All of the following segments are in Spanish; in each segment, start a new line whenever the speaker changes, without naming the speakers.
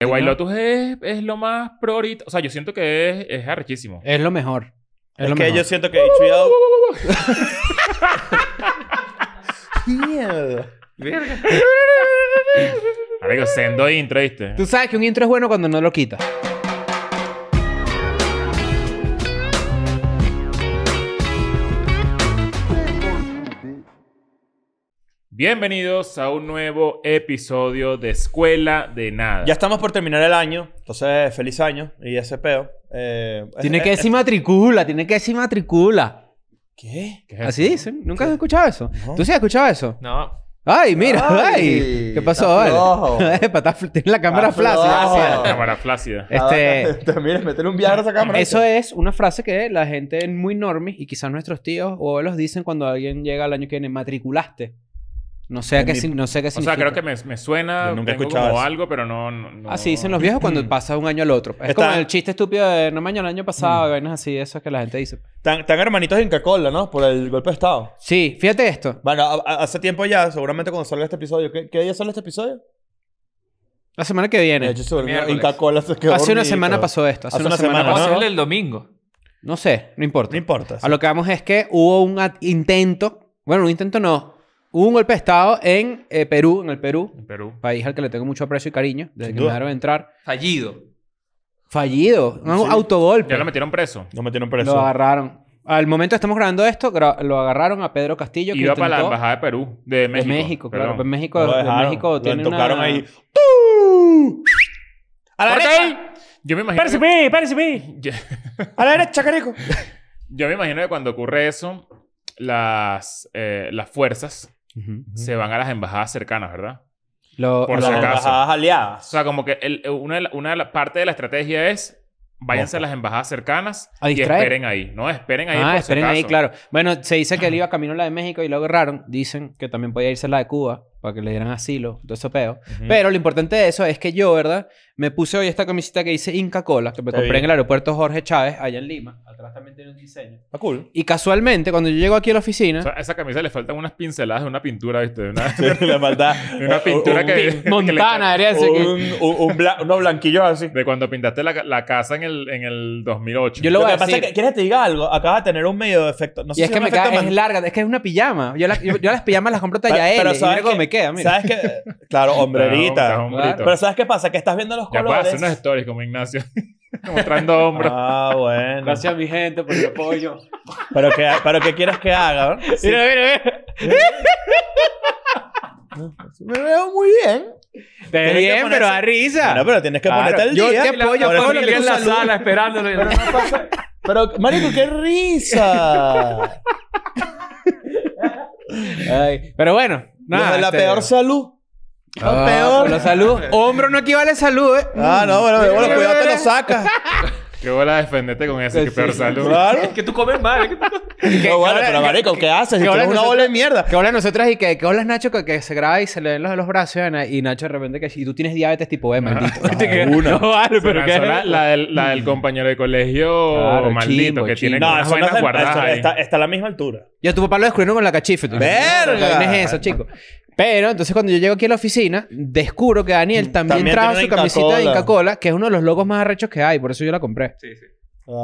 El
Sí,
White
¿no?
Lotus es, es lo más pro ahorita. O sea, yo siento que es, es arrechísimo.
Es lo mejor. Es,
Es
lo
que
mejor.
yo siento que HBO... Mierda.
Amigo, sendo intro, ¿viste?
Tú sabes que un intro es bueno cuando no lo quitas.
Bienvenidos a un nuevo episodio de Escuela de Nada.
Ya estamos por terminar el año. Entonces, feliz año y ese peo. Eh,
Tiene
eh,
que
eh,
decir matricula, tiene que decir matricula.
¿Qué?
¿Qué es
Así
eso?
dicen. ¿Nunca has escuchado eso? ¿Tú sí has escuchado eso?
No.
¡Ay, mira! ¡Ay!
Ay,
¿Qué pasó, vale?
está flojo.
Epa, está fl- tiene la cámara
Está flojo.
flácida.
Cámara flácida.
Este,
Mira, meterle un viaje a esa cámara.
eso es una frase que la gente muy normis y quizás nuestros tíos o abuelos dicen cuando alguien llega al año que viene, matriculaste. No sé, a
En
qué,
mi-
sin- no sé qué
O sea, creo
significa.
que me, me suena
Yo nunca he
tengo
escuchado
como
eso.
algo, pero no, no- no-
Así Ah, dicen los viejos cuando pasa de un año al otro. Es
Está-
como el chiste estúpido de no mañana, el año pasado, y vainas así, eso que la gente dice.
Tan, tan hermanitos en Cacola, ¿no? Por el golpe de Estado.
Sí, fíjate esto.
Bueno, a- a- hace tiempo ya, seguramente cuando salga este episodio. ¿Qué, qué día sale este episodio?
La semana que viene.
De hecho, seguro
Miércoles.
Inca Cola se quedó
Hace una
dormido.
semana pasó esto. Hace, una, semana,
Vamos
¿no?
a
pasó.
hacerle el domingo.
No sé, no importa.
No importa.
A lo que vamos es que hubo un at- intento, bueno, un intento no, hubo un golpe de Estado en eh, Perú, en el Perú,
En Perú.
país al que le tengo mucho aprecio y cariño, desde
Sin
que me
duda.
dejaron entrar.
Fallido.
Fallido, un
Sí.
autogolpe.
Ya lo metieron preso.
No metieron
Lo
preso.
agarraron. Al momento estamos grabando esto, gra- lo agarraron a Pedro Castillo. que
Iba para la
intentó-
embajada de Perú, de
De
México.
México, claro.
perdón.
Pues México,
No lo dejaron.
México
Lo
tiene
entocaron
una...
ahí. ¡Tú! ¡A la
¡Corta
derecha!
ahí! Yo me imagino.
¡Párese,
que-
pi! ¡Párese, pi!
Yo-
¡A la derecha, carico!
Yo me imagino que cuando ocurre eso, las, eh, las fuerzas
Ujú.
se van a las embajadas cercanas, ¿verdad?
Lo-
Por
lo-
Las
si acaso.
embajadas
O
aliadas.
sea, como que el- eh, una, de la- una de la- parte de la estrategia es váyanse a las embajadas cercanas
A
y
distraer.
esperen ahí. No, esperen ahí. por
Ah,
si
esperen ahí,
acaso.
claro. Bueno, se dice que él iba camino a la de México y lo agarraron. Dicen que también podía irse a la de Cuba para que le dieran asilo, todo eso peo. Pero lo importante de eso es que yo, ¿verdad? Me puse hoy esta camiseta que dice Inca Cola, que me
Qué
compré en
bien.
el aeropuerto Jorge Chávez, allá en Lima. Atrás también tiene un diseño.
Está Ah, cool.
Y casualmente, cuando yo llego aquí a la oficina,
O sea, a esa camisa le faltan unas pinceladas de una pintura, ¿viste? De una,
Sí, le falta...
de una pintura
un-
que. que le-
Montana, debería ser que-
Un, un, un bla- unos blanquillos así.
de cuando pintaste la, ca- la casa en el, en el 2008.
Yo lo-
Lo
voy
que
a
pasa es
decir.
que, ¿quieres que te diga algo? Acabas de tener un medio de efecto. No sé
y es
si
que
un
me
efecto
queda, es
man-
larga, es que es una pijama. Yo, la- yo- yo las pijamas las compro talla L. y mira cómo
que-
me queda, mira.
¿Sabes que Claro,
Estás
hombrerita.
hombrito.
Claro.
Pero ¿sabes qué pasa? Que estás viendo los
Ya puedes hacer unas
colores.
stories como Ignacio. mostrando hombros.
Ah, bueno.
a mi gente por el apoyo.
Pero ¿qué, pero ¿qué quieres que haga? ¿no? Sí.
Mira, mira, mira.
Me veo muy bien.
Te ves
que
bien,
ponerse-
pero da risa.
Bueno, pero tienes que
Claro.
ponerte el
Yo
día.
te apoyo,
Ahora
Pablo,
sí
que
le
en la
saludo.
sala
esperándolo.
Pero no pasa... Pero, marico, qué risa.
Ay, pero bueno, nada.
Los de la
este-
peor salud.
Ah,
La peor.
pero salud. Hombro no equivale a salud, ¿eh?
Ah, no, bueno, bueno,
Mira,
cuidado,
mira,
te lo
mira.
sacas.
Qué bola defenderte con eso. Qué
Sí.
peor salud.
Claro.
Es que tú comes mal. es que tú-
No, bueno,
que-
pero marico, ¿qué haces? Si
que
tú
ahora
eres una
nosotros-
bola de mierda.
Que hablan nosotras y que, que hablas Nacho que, que se graba y se le ven los, los brazos y na- y Nacho de repente que y tú tienes diabetes tipo E, maldito.
Ah,
Que-
una.
No vale,
Pero
pero
que
que
la, la del, la del compañero de colegio
Claro,
maldito
chimbo,
que tiene
chimbo.
No,
unas
eso no
vainas
es
guardadas
está,
ahí.
está, está a la misma altura.
Yo a tu papá lo descubrieron con la cachifa. y tú,
¡Verga!
"Mierda, ¿qué vaina es eso, chico? Pero entonces cuando yo llego aquí a la oficina, descubro que Daniel también,
Mm, También
trajo
tiene
su
una
camisita de
Inca-Cola.
Inca Cola, que es uno de los logos más arrechos que hay, por eso yo la compré.
Sí, sí.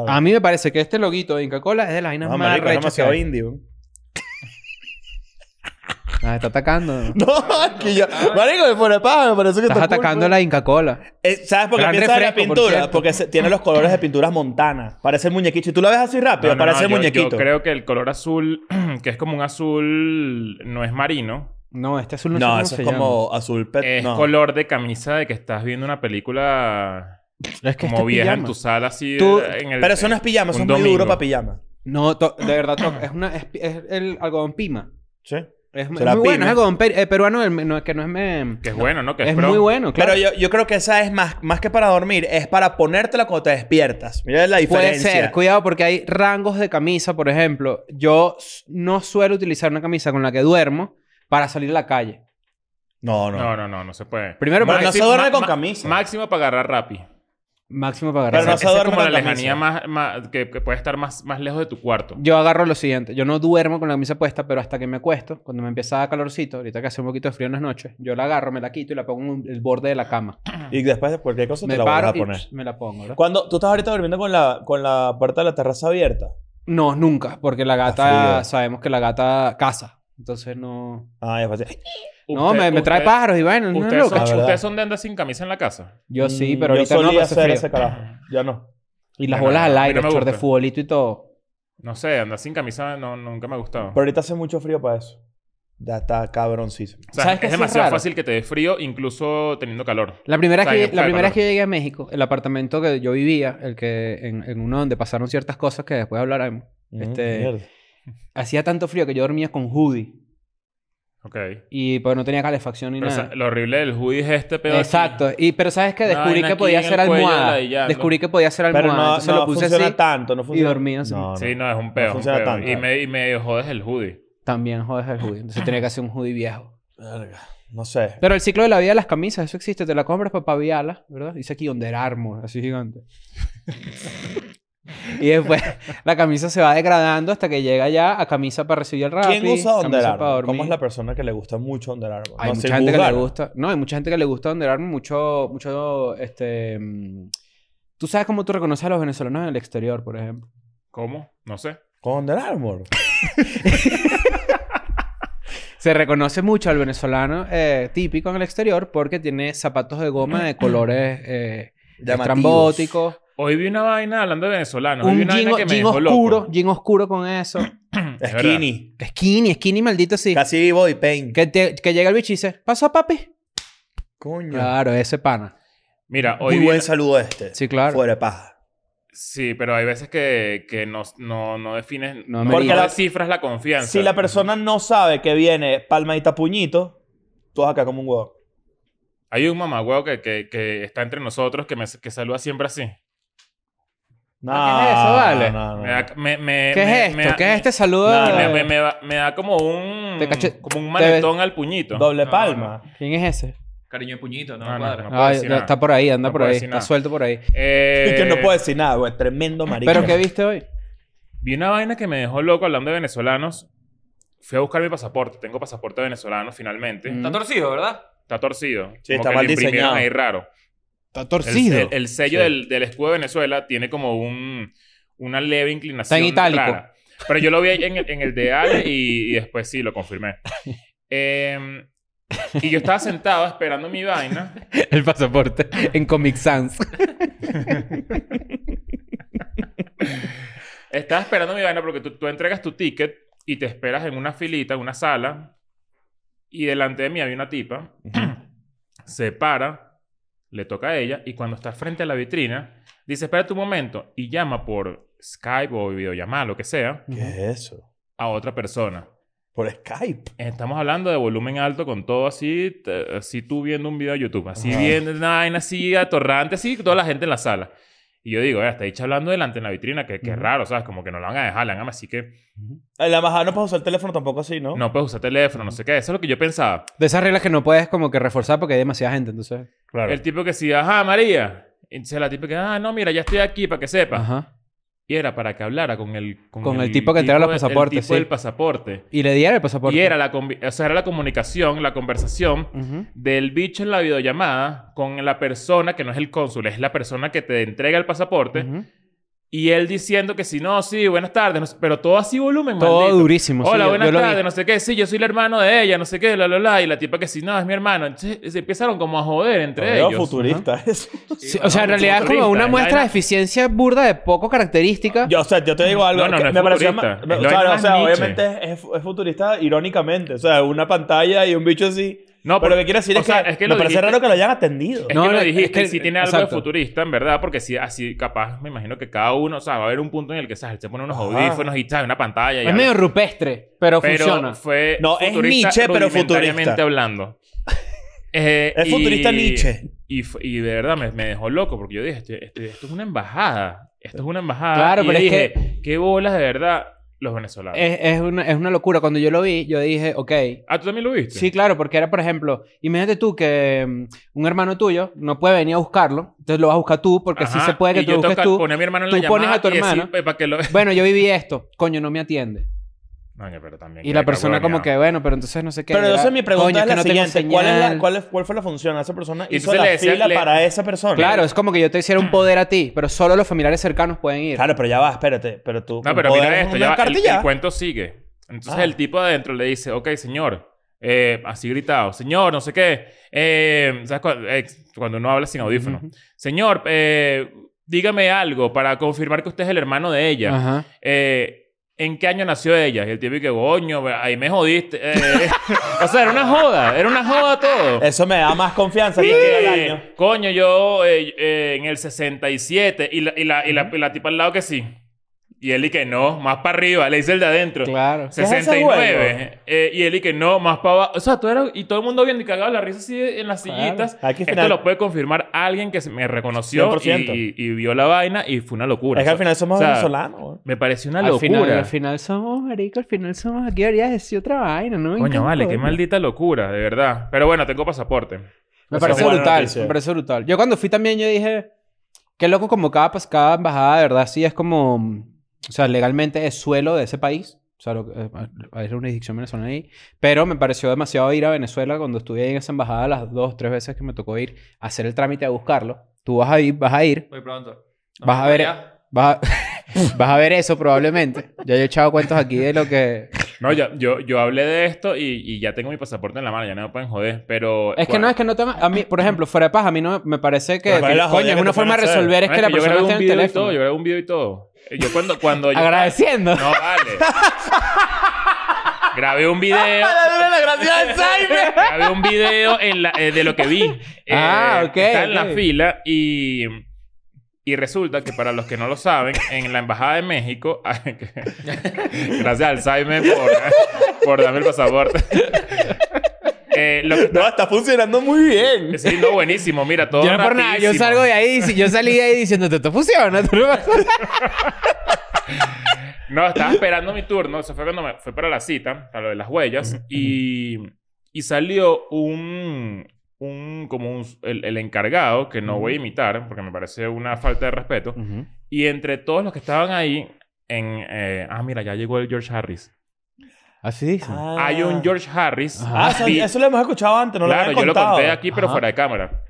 A mí me parece que este loguito de Inca Cola es de las vainas
no,
más
marico, Ah, es
arrechas que
demasiado
hay.
indio.
Ah, está atacando.
No, es que yo... Marico, me pone paja, me parece que
Estás
está cool,
atacando
pues.
la Inca Cola.
Eh, ¿Sabes por qué
Gran
piensa de la
refresco, por
pintura?
cierto.
Porque se- tiene los colores de pinturas montanas. Parece el muñequito. Y tú lo ves así
No,
rápido,
no,
parece
no,
el
yo-
muñequito.
Yo creo que el color azul, que es como un azul, no es marino.
No, este azul no,
No,
sé
eso
cómo se
es como azul pet.
Es
Eh, no.
color de camisa de que estás viendo una película
llama. Es que
como
este es
vieja en
pijama.
tu sala así. eh,
Tú-
en el-
Pero eso no es pijama, eso
un
es muy
domingo.
duro para pijama.
No, to- de verdad, to- es, una, es, pi- es el algodón pima.
Sí.
Es, es muy
Será
bueno,
pima.
es algodón pe- eh, peruano el- no, que no es... me-
Que es bueno, ¿no? Que es,
es
pro.
muy bueno, claro.
Pero yo, yo creo que esa es más, más que para dormir, es para ponértela cuando te despiertas. Mira la
Puede
diferencia.
ser, cuidado porque hay rangos de camisa, por ejemplo. Yo s- no suelo utilizar una camisa con la que duermo para salir a la calle.
No, no.
No, no, no, no se puede.
Primero
Bueno,
porque...
no se duerme con camisa.
Máximo para agarrar rapi.
Máximo para
Pero
Esa-
agarrar.
no se
esa es
duerme
como la
con la
lejanía más,
camisa.
más- que, que puede estar más, más lejos de tu cuarto.
Yo agarro lo siguiente. Yo no duermo con la camisa puesta, pero hasta que me acuesto, cuando me empieza a dar calorcito, ahorita que hace un poquito de frío en las noches, yo la agarro, me la quito y la pongo en el borde de la cama.
Y después de cualquier cosa
Me
Ah, te la vas
paro
a
y
poner.
psh, me la pongo. ¿verdad?
Cuando tú estás ahorita durmiendo con la, con la puerta de la terraza abierta.
No, nunca, porque la
Ah,
gata,
frío.
sabemos que la gata caza. Entonces no...
Ah, es fácil.
no,
Usted-
me, me trae
usted-
pájaros y bueno, no
Ustedes
loca.
La
son,
verdad.
ustedes son de andar sin camisa en la casa.
Yo sí, pero
Mm,
ahorita
yo
no,
solía
pero hace
hacer
frío.
ese carajo. Ya no.
Y las
No,
bolas
no,
al
a mí
aire,
no me
short de
gusta.
futbolito y todo.
No sé, andar sin camisa no, nunca me ha gustado.
Pero ahorita hace mucho frío para eso. Ya está cabroncísimo.
O sea,
¿Sabes qué
es
sí es
demasiado
raro?
fácil que te dé frío, incluso teniendo calor.
La primera,
Está
vez
bien,
que,
está
la
bien, perdón.
primera vez que yo llegué a México, el apartamento que yo vivía, el que en, en uno donde pasaron ciertas cosas que después hablaremos,
Mm,
Este-
mierda.
hacía tanto frío que yo dormía con hoodie
Ok.
y pues no tenía calefacción ni
Pero, o sea,
nada.
lo horrible del hoodie es este pedo. aquí.
Exacto. Y, pero ¿sabes qué?
Una
Descubrí
vaina
que
aquí
podía
en el
hacer
cuello,
almohada.
ladillando.
Descubrí que podía hacer
Pero
almohada.
no,
Entonces
no
lo puse
funciona
así
tanto. No
y
funciona.
dormí así.
No,
Sí, no, es un peo. es un
funciona
peo.
tanto.
Y, me, y medio jodes el hoodie.
También jodes el hoodie. Entonces tenía que hacer un hoodie viejo.
Verga, No sé.
Pero el ciclo de la vida de las camisas, eso existe. Te la compras para paviarla, ¿verdad? Dice aquí Under Armour, así gigante. y después la camisa se va degradando hasta que llega ya a camisa para recibir el rap.
¿Quién usa Under Armour? ¿Cómo es la persona que le gusta mucho Under Armour?
Hay
No sé,
mucha gente que
juzgar.
le gusta. No, hay mucha gente que le gusta Under Armour, mucho, mucho, este... mm, Tú sabes cómo tú reconoces a los venezolanos en el exterior, por ejemplo.
¿Cómo? No sé.
Con Under Armour.
Se reconoce mucho al venezolano eh, típico en el exterior porque tiene zapatos de goma de colores eh, estrambóticos.
Hoy vi una vaina hablando de venezolanos. Hoy vi
un
una
jean,
vaina que me
jean
dejó
oscuro,
loco.
jean oscuro con eso.
Es verdad.
Skinny.
Skinny, skinny maldito sí.
Casi body paint.
Que, te- que llega el bicho y dice, ¿pasó papi?
Coño.
Claro, ese pana.
Mira, hoy
Muy
vi-
buen saludo este.
Sí, claro.
Fuera de paja.
Sí, pero hay veces que, que no, no, no defines...
No
No,
me
no
digas.
cifras la confianza.
Si la persona no sabe que viene palmadita puñito, tú vas acá como un huevo.
Hay un mamagüeo que, que, que está entre nosotros que, me, que saluda siempre así.
No,
¿Qué es eso, vale?
no, no.
Me da- me- me-
¿Qué
me-
es esto?
me da-
¿Qué es este saludo?
Nah,
Me,
de-
me- me da- me da como un...
Te caché-
Como un
te ves-
manetón al puñito.
Doble
No,
palma.
¿Quién es ese?
Cariño de puñito, no,
No,
me
no,
cuadra.
no. puedo
Ah,
decir nada.
está por ahí, anda
No
por
puedo
ahí.
decir
Está
nada.
suelto por ahí.
Eh,
Y que no puedo decir nada, güey. Tremendo marico.
¿Pero qué viste hoy?
Vi una vaina que me dejó loco hablando de venezolanos. Fui a buscar mi pasaporte. Tengo pasaporte venezolano finalmente.
Mm.
Está torcido, ¿verdad?
Está torcido.
Sí,
Como
está
que
mal
lo imprimieron
diseñado.
ahí raro.
Está
El- El, el sello
Sí.
del, del escudo de Venezuela tiene como un, una leve inclinación.
Está en itálico.
rara. Pero yo lo vi en el, en el de Ale y, y después sí lo confirmé. Eh, y yo estaba sentado esperando mi vaina.
El pasaporte en Comic Sans.
Estaba esperando mi vaina porque tú, tú entregas tu ticket y te esperas en una filita, en una sala. Y delante de mí había una tipa. se para, le toca a ella. Y cuando está frente a la vitrina, dice: Espérate un momento. Y llama por Skype o videollamada, lo que sea,
¿Qué es eso?
a otra persona.
Por Skype.
Estamos hablando de volumen alto con todo así, t- así tú viendo un video de YouTube, así
Ajá.
viendo una vaina así atorrante, así toda la gente en la sala. Y yo digo, "Eh, está dicha hablando delante en la vitrina, que, que
Ujú.
raro, ¿sabes? Como que no la van a dejar, la van a así que
En Eh, la bajada no puedes usar el teléfono tampoco así, ¿no?
no puedes usar teléfono, no sé qué. Eso es lo que yo pensaba.
De esas reglas que no puedes como que reforzar porque hay demasiada gente, entonces...
Claro.
El tipo que decía, ajá, María. Y Entonces la tipa que, ah, no, mira, ya estoy aquí para que sepa.
Ajá.
Y era para que hablara con el...
Con el tipo que entrega los
de-
pasaportes,
El tipo
sí.
del pasaporte.
Y le dieron el pasaporte.
Y era la, convi- o sea, era la comunicación, la conversación
Ujú.
del bicho en la videollamada con la persona que no es el cónsul, es la persona que te entrega el pasaporte.
Ujú.
Y él diciendo que si no, sí, buenas tardes, no sé- pero todo así volumen,
Todo
maldito.
durísimo. sí,
Hola,
yo-
buenas
yo lo vi.
tardes, no sé qué, sí, yo soy el hermano de ella, no sé qué, la, la, la. Y la tipa que si no, es mi hermano. Entonces se empezaron como a joder entre
Pero
ellos.
futurista eso.
Sí, o sea, en realidad es como
futurista,
una
es
muestra
vaina-
de eficiencia burda de poco característica.
Yo, o sea, yo te digo algo.
No, no,
que
no es
me pareció
futurista.
ma-
Es
o
lo
sea,
más
o sea,
Nietzsche.
obviamente es, es futurista irónicamente. O sea, una pantalla y un bicho así.
No,
pero
por-
lo que quiero decir
o
es,
sea,
que
es que
me
lo
parece
dijiste-
raro que lo hayan atendido.
Es
No,
que
no,
lo dijiste,
es que-
y sí tiene algo de
exacto.
futurista, en verdad, porque si así capaz, me imagino que cada uno, o sea, va a haber un punto en el que ¿sabes? se pone unos
Ajá.
audífonos y ¿sabes? una pantalla. y
es
habla.
medio rupestre, pero, funciona.
fue
No, es
futurista
Nietzsche, pero
rudimentariamente
futurista.
hablando. Eh,
Es
y-
futurista Nietzsche.
Y, f- y de verdad me, me dejó loco porque yo dije, "Este- este- esto es una embajada. Esto es una embajada.
Claro,
y
pero
yo
es
dije, qué bolas de verdad. los venezolanos.
Es, es una, es una locura. Cuando yo lo vi, yo dije, ok.
ah, ¿tú también lo viste?
Sí, claro, porque era, por ejemplo, imagínate tú que mm, un hermano tuyo no puede venir a buscarlo, entonces lo vas a buscar tú, porque sí
Ajá,
se puede que
y
tú
yo
lo busques
toca-
tú.
pone a mi hermano en la
tú pones
llamada
a tu
y decir,
hermano.
"Pues, para que lo...
Bueno, yo viví esto, coño, no me atiende.
Coño, pero también
Y
qué
la persona como que,
cagüeña.
bueno, pero entonces no sé qué.
Pero
era,
entonces mi pregunta
coño,
es la
que no tengo
siguiente. ¿Cuál, es la,
señal.
cuál, es- cuál fue la función? ¿Esa persona
Y
hizo
entonces
la
le decía-
fila
le-
para esa persona?
Claro, es como que yo te hiciera un poder a ti, pero solo los familiares cercanos pueden ir.
Claro, pero ya va, espérate. Pero tú...
No, pero
¿puedes
mira esto,
una
ya va, el,
cartilla?
el cuento sigue. Entonces
Ah.
el tipo adentro le dice, ok, señor, eh, así gritado, señor, no sé qué, eh, ¿sabes? cu- eh, cuando uno habla sin audífono, señor, eh, dígame algo para confirmar que usted es el hermano de ella.
Ajá.
eh, ¿en qué año nació ella? Y el tipo que, coño, ahí me jodiste. eh. o sea, era una joda, era una joda todo.
Eso me da más confianza que
Eh,
ir al año.
coño, yo eh, eh, en el 67 y la, y, la, y, la, y la tipa al lado que sí. Y él y que no, más para arriba, le dice el de adentro.
Claro.
es ese
69. eh, y él y que no, más para abajo. O sea, todo era, y todo el mundo viendo y cagado la risa así en las
Claro.
sillitas.
Aquí
Esto
al final-
lo puede confirmar alguien que se me reconoció y,
100%.
y- y vio la vaina y fue una locura.
Es que al final
O
somos
sea,
venezolanos. güey.
Me pareció una
Al
locura.
final, al final somos, marico, al final somos aquí deberías decir otra vaina, ¿no? Me
Coño,
encanta,
vale, qué
coño.
maldita locura, de verdad. Pero bueno, tengo pasaporte.
Me
O sea,
parece
buena
brutal,
noticia.
me parece brutal. Yo cuando fui también yo dije, qué loco como cada, pas- cada embajada, de verdad, sí es como, mm, o sea, legalmente es suelo de ese país. O sea, lo, eh, hay una jurisdicción venezolana ahí. Pero me pareció demasiado ir a Venezuela cuando estuve ahí en esa embajada las dos, tres veces que me tocó ir a hacer el trámite a buscarlo. Tú vas a ir, vas a ir,
Muy pronto. No,
vas a
para
ver,
allá.
vas a, vas a ver eso probablemente. Ya yo he echado cuentos aquí de lo que...
No, yo, yo, yo hablé de esto y, y ya tengo mi pasaporte en la mano, ya no me pueden joder, pero...
Es que no, es que no tengo... A mí, por ejemplo, fuera de paz, a mí no me parece que...
Pero ¿cuál es la
coño,
jodida
es
que
una
te
forma de
pueden hacer?
resolver es que la persona
yo grabé
esté en
un
el
video y
teléfono.
todo, yo grabé un video y todo. Eh, Yo cuando... cuando yo,
Agradeciendo.
No, vale. grabé un
Ah,
video...
la gracia de Jaime!
grabé un video en la- eh, de lo que vi. Eh,
Ah, ok,
Está en la
ok.
fila y... Y resulta que para los que no lo saben, en la Embajada de México... Gracias, Alzheimer, por, por darme el pasaporte. Eh, lo que está-
No, está funcionando muy bien.
Sí, no, buenísimo. Mira, todo
Yo no por nada, yo
rapidísimo.
salgo de ahí, dic- yo salí de ahí diciendo, esto funciona, tú no vas a-".
No, estaba esperando mi turno. Eso fue cuando me fue para la cita, para lo de las huellas. Y, y salió un... un como un, el, el encargado, que no voy a imitar, porque me parece una falta de respeto. Y entre todos los que estaban ahí, en... eh, ah, mira, ya llegó el George Harris.
Así dice.
Hay un George Harris.
Ah, eso,
vi-
eso lo hemos escuchado antes, no
claro,
lo
yo
habían
lo
contado.
conté aquí, pero
Ajá.
fuera de cámara.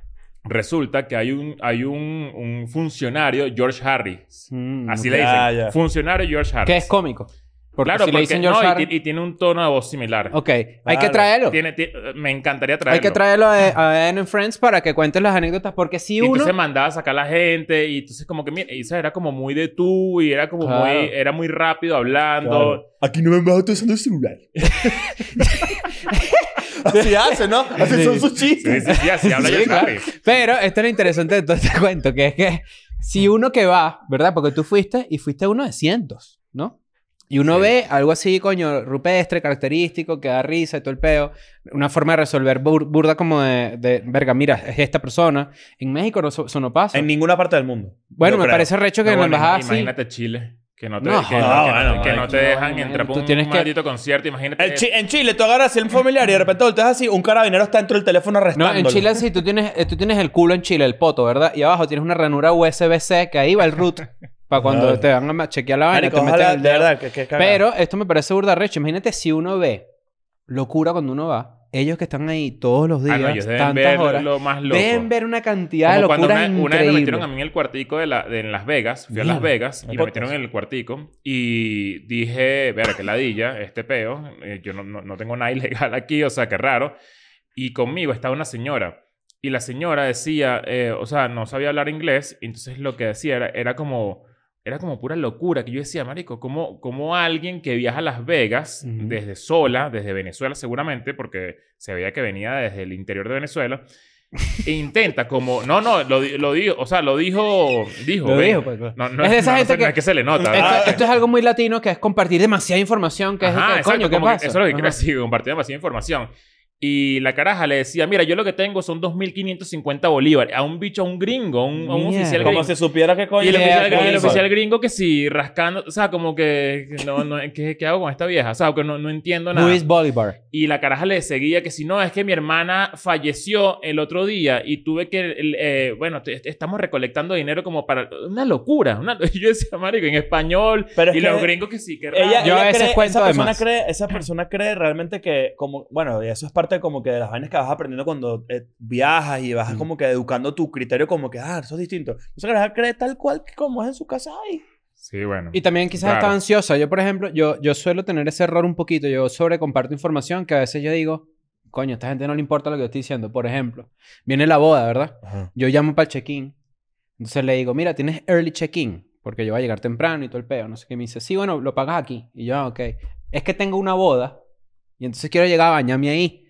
Resulta que hay un, hay un, un funcionario, George Harris.
Mm,
Así
ok.
le dicen.
Ah, ya.
Funcionario George Harris.
Que es cómico. Porque
claro,
si le
porque
dicen
no,
George
y
Harris-
ti- y, tiene un tono de voz similar.
Ok, hay que
Claro.
traerlo.
Tiene- ti- eh, me encantaría traerlo.
Hay que traerlo a, a Anne and Friends para que cuente las anécdotas. Porque si
Y
uno...
entonces mandaba a sacar a la gente y entonces como que mira, y, o sea, era como muy de tú y era como
Claro.
muy era muy rápido hablando.
Claro. Aquí no me han bajado usando el celular. Así hace, ¿no? Así son sus
Sí,
chistes.
sí, sí, así habla
Sí,
George
claro.
Harris.
Pero esto es lo interesante de todo este cuento, que es que si uno que va, ¿verdad? Porque tú fuiste y fuiste uno de cientos, ¿no? Y uno
Sí.
ve algo así, coño, rupestre, característico, que da risa y todo el peo. Una forma de resolver bur- burda como de, de, verga, mira, es esta persona. En México no, so- eso no pasa.
En ninguna parte del mundo.
bueno,
Yo
me
creo.
parece recho que
No,
en la
bueno,
embajada sí.
imagínate Chile, que no te,
No,
que no- que
joder.
no-
No, bueno,
que no te
no,
dejan
imagínate,
entrar por
tú
un
tienes que-
maldito concierto, imagínate.
El chi- en Chile, tú agarras a un familiar y de repente volteas así, un carabinero está dentro del teléfono
No,
arrestándolo.
en Chile sí, tú tienes, eh, tú tienes el culo en Chile, el poto, ¿verdad? Y abajo tienes una ranura USB-C que ahí va el root. Para cuando
Claro.
te van a ma- chequear la vaina,
Marico,
te meten
ojalá,
el
de
dedo.
verdad, que, que cagada.
Pero esto me parece burda recho. Imagínate si uno ve locura cuando uno va. Ellos que están ahí todos los
ah,
días,
no, ellos deben
tantas
ver
horas,
lo más loco.
deben ver una cantidad
Como
de
cuando
locuras
una, una vez me
increíbles.
metieron a mí en el cuartico de, la, de- en Las Vegas. Fui a Las
Mierda.
Vegas y me
Podcast.
metieron en el cuartico. Y dije, verga, qué ladilla, este peo. eh, yo no, no- no tengo nada ilegal aquí, o sea, qué raro. Y conmigo estaba una señora. Y la señora decía, eh, o sea, no sabía hablar inglés. y entonces lo que decía era, era como... Era como pura locura que yo decía, marico, ¿cómo, cómo alguien que viaja a Las Vegas
Ujú.
desde sola, desde Venezuela seguramente, porque se veía que venía desde el interior de Venezuela, e intenta como no no lo, di- lo dijo o sea lo dijo dijo
Lo
ven.
dijo, pues, claro.
no, no,
Es de
no,
esa
no
gente
sé, no
que-
es que se le nota
Esto,
¿verdad?
esto es algo muy latino que es compartir demasiada información que es
Ah. Ajá,
de que,
exacto,
coño, ¿qué
como que
pasa?
eso es lo que
Ajá.
quiero decir compartir demasiada información Y la caraja le decía, mira, yo lo que tengo son 2.550 bolívares. A un bicho, a un gringo, a un, a un
Mierda.
oficial
Como
gringo.
si supiera que coño.
Y el,
Oye,
oficial,
¿qué
y el
pues.
hizo?
oficial gringo que sí, rascando, o sea, como que, que no, no, ¿qué, qué hago con esta vieja? O sea, que no, no entiendo nada.
Luis Bolívar.
Y la caraja le seguía que si no, es que mi hermana falleció el otro día y tuve que, el- eh, bueno, te- estamos recolectando dinero como para... Una locura. Una, y yo decía, marico, en español.
Pero es
y
que
los gringos que sí, que
Ella,
raro.
Yo
ella
a veces
cree-
cuento
esa
de
persona
más.
cree, esa persona cree realmente que como bueno, y eso es parte como que de las vainas que vas aprendiendo cuando eh, viajas y vas
Mm.
como que educando tu criterio como que ah, eso es distinto. Esa persona cree tal cual que como es en su casa ahí.
Sí, bueno.
Y también quizás
Raro.
estaba ansiosa. Yo, por ejemplo, yo, yo suelo tener ese error un poquito. Yo sobrecomparto información que a veces yo digo, coño, a esta gente no le importa lo que yo estoy diciendo. Por ejemplo, viene la boda, ¿verdad? Yo llamo para el check-in. Entonces le digo, mira, tienes early check-in. Porque yo voy a llegar temprano y todo el peo. No sé qué. Y Me dice, sí, bueno, lo pagas aquí. Y yo, "Ah, ok. Es que tengo una boda. Y entonces quiero llegar a bañarme ahí.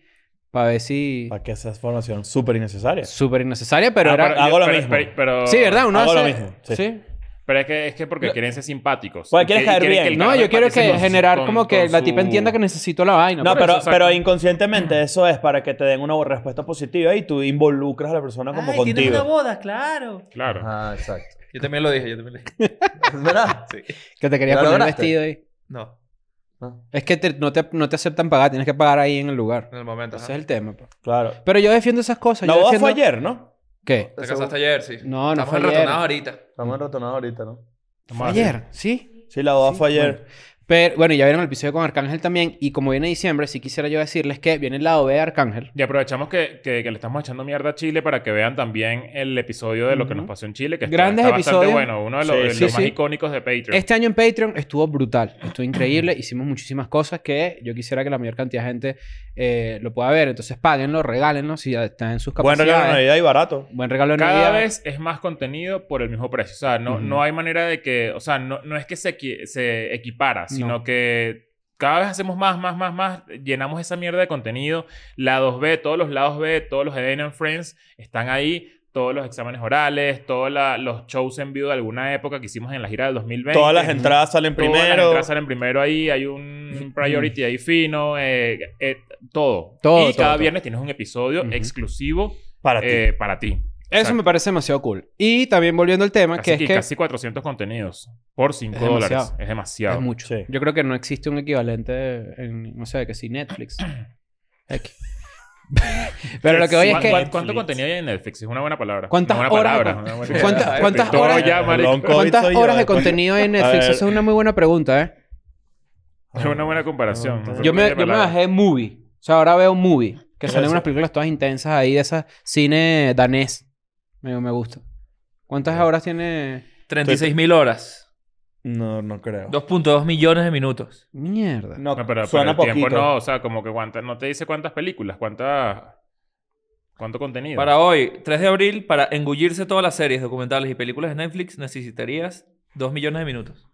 Para ver si...
Para que esa es formación súper innecesaria.
Súper innecesaria,
Ah,
pero era...
pero- hago lo mismo.
Pero, pero-
Sí, ¿verdad? Uno
hago lo
hace-
mismo, sí.
sí.
Pero es que, es que porque quieren ser simpáticos.
Porque
Y
quieres
que- y
caer
quieren
bien.
que el
No,
carajo
yo quiero que
empatice con-
generar
con-
como que
con
la
su-
tipa entienda que necesito la vaina. pues.
No,
por
pero,
eso, exacto.
pero inconscientemente eso es para que te den una respuesta positiva y tú involucras a la persona como
Ay, tienes una
contigo.
boda, claro.
Claro.
Ah, exacto. Yo también lo dije, yo también lo dije. ¿Verdad? Sí.
Que te quería
¿La
poner
lograste?
vestido ahí.
No. No,
Es que te- no, te, no te aceptan pagar, tienes que pagar ahí en el lugar.
en el momento.
Ese
ajá.
es el tema. pa.
Claro.
Pero yo defiendo esas cosas.
La
yo
boda
defiendo-
fue ayer, ¿no?
¿Qué?
Te casaste ayer, sí.
No, no
Estamos
fue
en
ayer.
retornados ahorita. Estamos enratonados ahorita, ¿no?
Fue ayer, ¿sí?
Sí, la boda
Sí,
fue ayer.
bueno. Pero bueno, ya vieron el episodio con Arcángel también. Y como viene diciembre, sí quisiera yo decirles que viene el lado B de Arcángel.
Y aprovechamos que, que- que le estamos echando mierda a Chile para que vean también el episodio de lo que
Ujú.
nos pasó en Chile, que está-
Grandes
está bastante
episodios.
bueno, uno de los,
Sí,
de
sí,
los más
sí.
icónicos de Patreon.
Este año en Patreon estuvo brutal, estuvo increíble. Hicimos muchísimas cosas que yo quisiera que la mayor cantidad de gente eh, lo pueda ver. Entonces páguenlo, regálenlo si ya están en sus
Buen
capacidades.
regalo de Navidad y barato.
Buen regalo de
Cada
Navidad.
vez es más contenido por el mismo precio. O sea, no,
Ujú.
no hay manera de que... O sea, no, no es que se, equi- se equipara, sino
No.
que cada vez hacemos más, más, más, más. Llenamos esa mierda de contenido. Lados B, todos los lados B, todos los Eden and Friends están ahí. Todos los exámenes orales, todos la- los shows en vivo de alguna época que hicimos en la gira del 2020.
Todas las entradas salen
Todas las
primero.
entradas salen primero ahí, hay un priority ahí fino, eh, eh, todo.
Todo,
Y
todo,
cada
todo.
viernes tienes un episodio
Ujú.
exclusivo
Para ti.
eh, para ti.
Eso me parece demasiado cool. Y también volviendo al tema,
Casi,
que es que
casi 400 contenidos por 5
Es
dólares.
demasiado.
Es
es
demasiado.
mucho.
Sí.
Yo creo que no existe un equivalente en, no sé, que si Netflix. X. Pero lo que voy es
¿Cuán-
que...
cuán- ¿Cuánto contenido hay en Netflix? Es una buena palabra.
¿Cuántas
una buena
horas de
palabra,
con-
una buena-
¿Cuánta- ¿Cuántas
Todo
horas,
ya, marico.
Long COVID
cuántas
soy yo,
horas de
después.
contenido hay en Netflix?
ver.
Esa es una muy buena pregunta, ¿eh?
Es una buena comparación.
Yo
no sé
Yo
por
me,
qué
yo me
palabra.
bajé Movie. O sea, ahora veo Movie. Que
Pero
salen
eso-
unas películas todas intensas ahí de esas cine danés. Me, me gusta. ¿Cuántas horas tiene...?
36.000 horas.
No, no creo.
2.2 millones de minutos.
Mierda.
No,
No, pero, pero
suena
el tiempo
poquito.
no, o sea, como que cuánta, no te dice cuántas películas, cuántas... ¿Cuánto contenido? Ah,
Para hoy, 3 de abril, para engullirse todas las series, documentales y películas de Netflix, necesitarías 2 millones de minutos.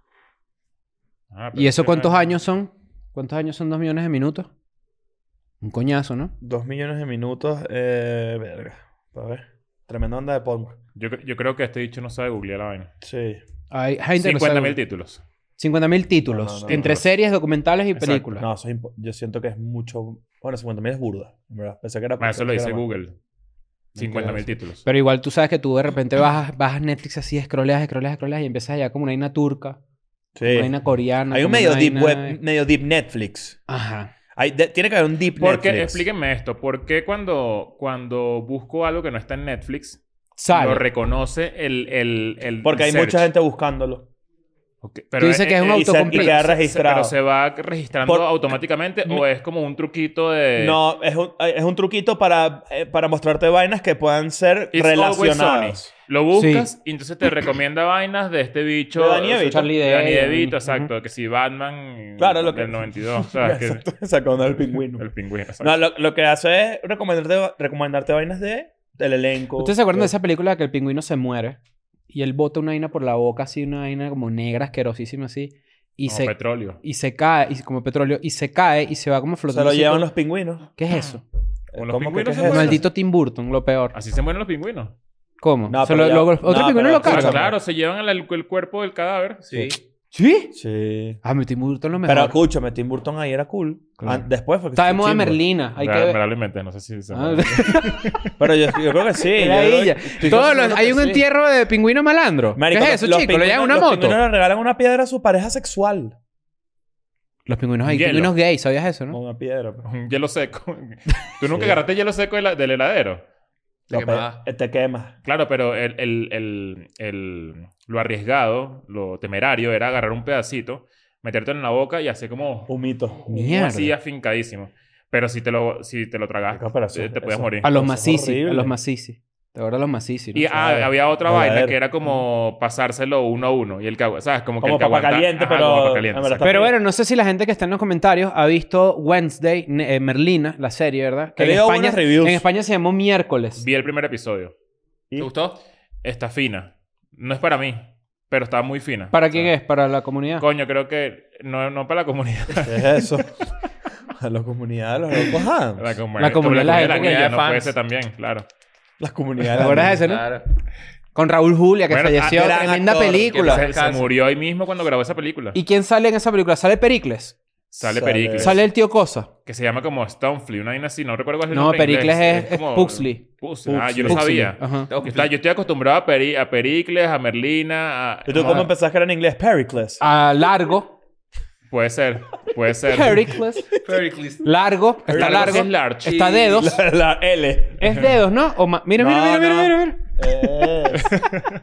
Ah, pero
¿Y eso
es
cuántos
una-
años son? ¿Cuántos años son dos millones de minutos? Un coñazo, ¿no?
Dos millones de minutos. Eh, verga. A ver. Tremenda onda de punk.
Yo, cre- yo creo que este dicho no sabe googlear la vaina.
Sí.
Hay gente que no sabe.
50.000 títulos.
50.000 títulos.
No, no, no,
entre
no.
series, documentales y
Exacto.
películas.
No, eso es impo- yo siento que es mucho. Bueno, 50.000 es burda. en ¿verdad? Pensé que era.
Bueno, Ah, eso lo
pensé
dice
que era más.
Google. 50.000 títulos.
Pero igual tú sabes que tú de repente bajas, bajas Netflix así, scrolleas, scrolleas, scrolleas y empiezas allá como una vaina turca, una
Sí.
vaina coreana.
Hay un
como
medio
una
deep
vaina-
web, medio deep Netflix.
Ajá.
Hay- de- tiene que haber un deep
Porque,
Netflix.
explíquenme esto, ¿por qué cuando, cuando busco algo que no está en Netflix, lo
Sale.
reconoce el, el, el
Porque hay
search?
mucha gente buscándolo.
Ok, Pero
dices que es un
Y, se, y
autocomplete.
queda
se-
registrado.
Pero se va registrando
Por-
automáticamente o es como un truquito de...
No, es un, es un truquito para, eh, para mostrarte vainas que puedan ser
It's always Sony.
relacionadas.
Lo buscas y entonces te recomienda vainas de este bicho.
De Danny DeVito.
Charlie
de Danny
Day.
DeVito,
Ujú.
exacto. Que si Batman
Claro, lo que-
del 92. o sea, que-
Sacando el pingüino.
el pingüino. exacto.
No, lo, lo que hace es recomendarte, recomendarte vainas de, del elenco.
¿Ustedes se acuerdan de esa película que el pingüino se muere? Y él bota una vaina por la boca así, una vaina como negra, asquerosísima así. Y,
Como
se,
petróleo.
y se cae, y, como petróleo, y se cae y se va como
Se
flotando.
lo
así
llevan
como-
los Ah. pingüinos.
¿Qué es eso?
Con los
¿Cómo
pingüinos
que qué
se
es eso?
mueren.
Maldito Tim Burton, lo peor.
Así se mueren los pingüinos.
¿Cómo?
No,
Se
pero
lo-
ya-
lo-
no,
otro pingüino
pero-
lo
Ah,
cacha.
claro, se llevan el, el cuerpo del cadáver.
Sí.
¿Sí?
Sí.
Ah, me estoy muy lo mejor.
Pero escúchame, Tim Burton ahí era cool.
Claro.
Ah, después fue que
Está de
estuvo
moda
chimbo.
Merlina. Hay que
Real-
ver.
Probablemente, no sé si... se-
Ah,
Pero yo, yo creo que sí.
era
yo creo-
ella.
estoy
Todos
seguro
los-
que
hay un
sí.
entierro de pingüino malandro.
Marico,
¿Qué es
los-
eso,
los
chico? Lo
pingüinos-
llevan en una
los
moto.
pingüinos le regalan una piedra a su pareja sexual.
Los pingüinos hay
Hielo.
pingüinos gays, ¿sabías eso, no?
Una piedra. pues.
Un hielo seco. ¿Tú nunca
Sí.
agarraste hielo seco de la- del heladero?
Te
Lo pe-
quemaba.
eh, Te quemas.
Claro, pero el, el- el- el- lo arriesgado, lo temerario, era agarrar un pedacito, meterte en la boca y hacer como
Un mito.
como
Mierda.
así afincadísimo. Pero si te lo, si te lo tragas,
Marico, pero eso-
te, te puedes
eso-
morir.
A los
Eso es
macisis, a
horrible.
los macisis. Te acuerdas de los macisis, ¿no?
Y ah,
sabe.
había otra
Lo
vaina
ladero.
que era como pasárselo uno a uno. Y el que, agu- ¿sabes? Como, que
Como
el que
papa
aguanta-
caliente,
Ajá,
pero-
como papa caliente,
en verdad
exacto.
Pero bueno, no sé si la gente que está en los comentarios ha visto Wednesday, ne- eh, Merlina, la serie, ¿verdad?
He
en
leído
España,
buenas reviews.
en España se llamó Miércoles.
Vi el primer episodio.
¿Y?
¿Te gustó?
Está fina. No es para mí, pero está muy fina.
¿Para quién
O sea,
es? ¿Para la comunidad?
Coño, creo que no, no para la comunidad.
¿Qué es eso? A la comunidad de los locos ah. Adams.
La,
La,
comu-
La comunidad, la
la
gente
comunidad
que-
no puede
fans.
ser también, claro.
comunidad
¿Te
de los
acuerdas de
locos
ese, no?
Claro.
Con Raúl Julia, que
Bueno,
falleció.
ah,
gran
Tremenda
actor.
película.
Se, se
Descansa.
murió ahí mismo cuando grabó esa película.
¿Y quién sale en esa película? Sale Pericles.
Sale
Sale-
Pericles.
Sale el tío Cosa.
Que se llama como Stonefly, una vaina así. No recuerdo cuál es el
No,
nombre en
Pericles
inglés.
es- es Puxley.
Puxley. Ah, yo
Puxley.
no
Huxley.
sabía.
Ajá.
Tengo que-
Está- yo estoy acostumbrado a, Peri- a Pericles, a Merlina, a...
¿Y tú
no,
cómo empezás que era en inglés? Pericles.
Ah, largo.
Puede ser, puede ser.
Pericles.
Pericles.
Largo.
Largo
Está largo.
es large.
Está dedos.
La, la L.
Es dedos, ¿no? O ma- mira, mira,
No,
mira, mira, mira,
no.
mira.
Es.
No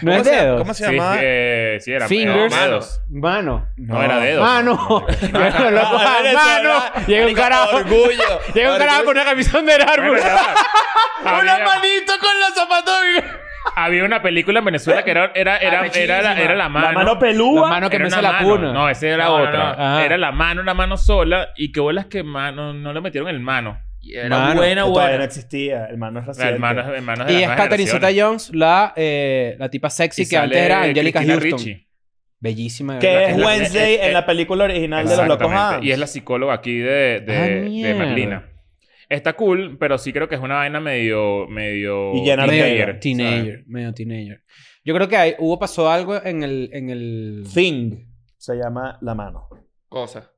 ¿Cómo
es
se-
dedos.
¿Cómo se
Sí,
llamaba?
eh, sí, era
Fingers. Ah,
era dedos.
Mano.
No, era dedos.
Mano. Mano. loco,
Ah, eres
Mano.
verdad.
Llega un
Marico,
carajo.
Orgullo.
Llega un carajo con una camisón de árbol.
Bueno, ya va. había,
con los zapatos.
había una película en Venezuela que era, era, era, era, la- era la mano.
La mano
La
pelúa.
mano que
Era
me hace
una
la
mano.
cuna.
No, esa era
No, no,
otra.
no.
Ah.
Era la mano, una mano sola. Y qué bolas que mano, no le metieron el mano.
Y Era
Mano.
buena,
Que todavía no
buena.
existía. El mano es reciente.
El mano, el mano es de
Y
las
es
nuevas
Catherine Zeta
generaciones.
Jones, la, eh, la tipa sexy
Y
que antes
sale
era Angelica
Cristina
Houston.
Ricci.
Bellísima. de
Que
verdad.
es
Es la-
Wednesday
es- es-
en la película original de los locos ah.
Exactamente.
Adams.
Y es la psicóloga aquí de, de,
Ah,
de
mierda.
Merlina. Está cool, pero sí creo que es una vaina medio... medio
Y llena de
Medio
Teenager,
teenager. Medio teenager. Yo creo que hay- hubo pasó algo en el... En el...
Thing. Se llama la mano.
Cosa.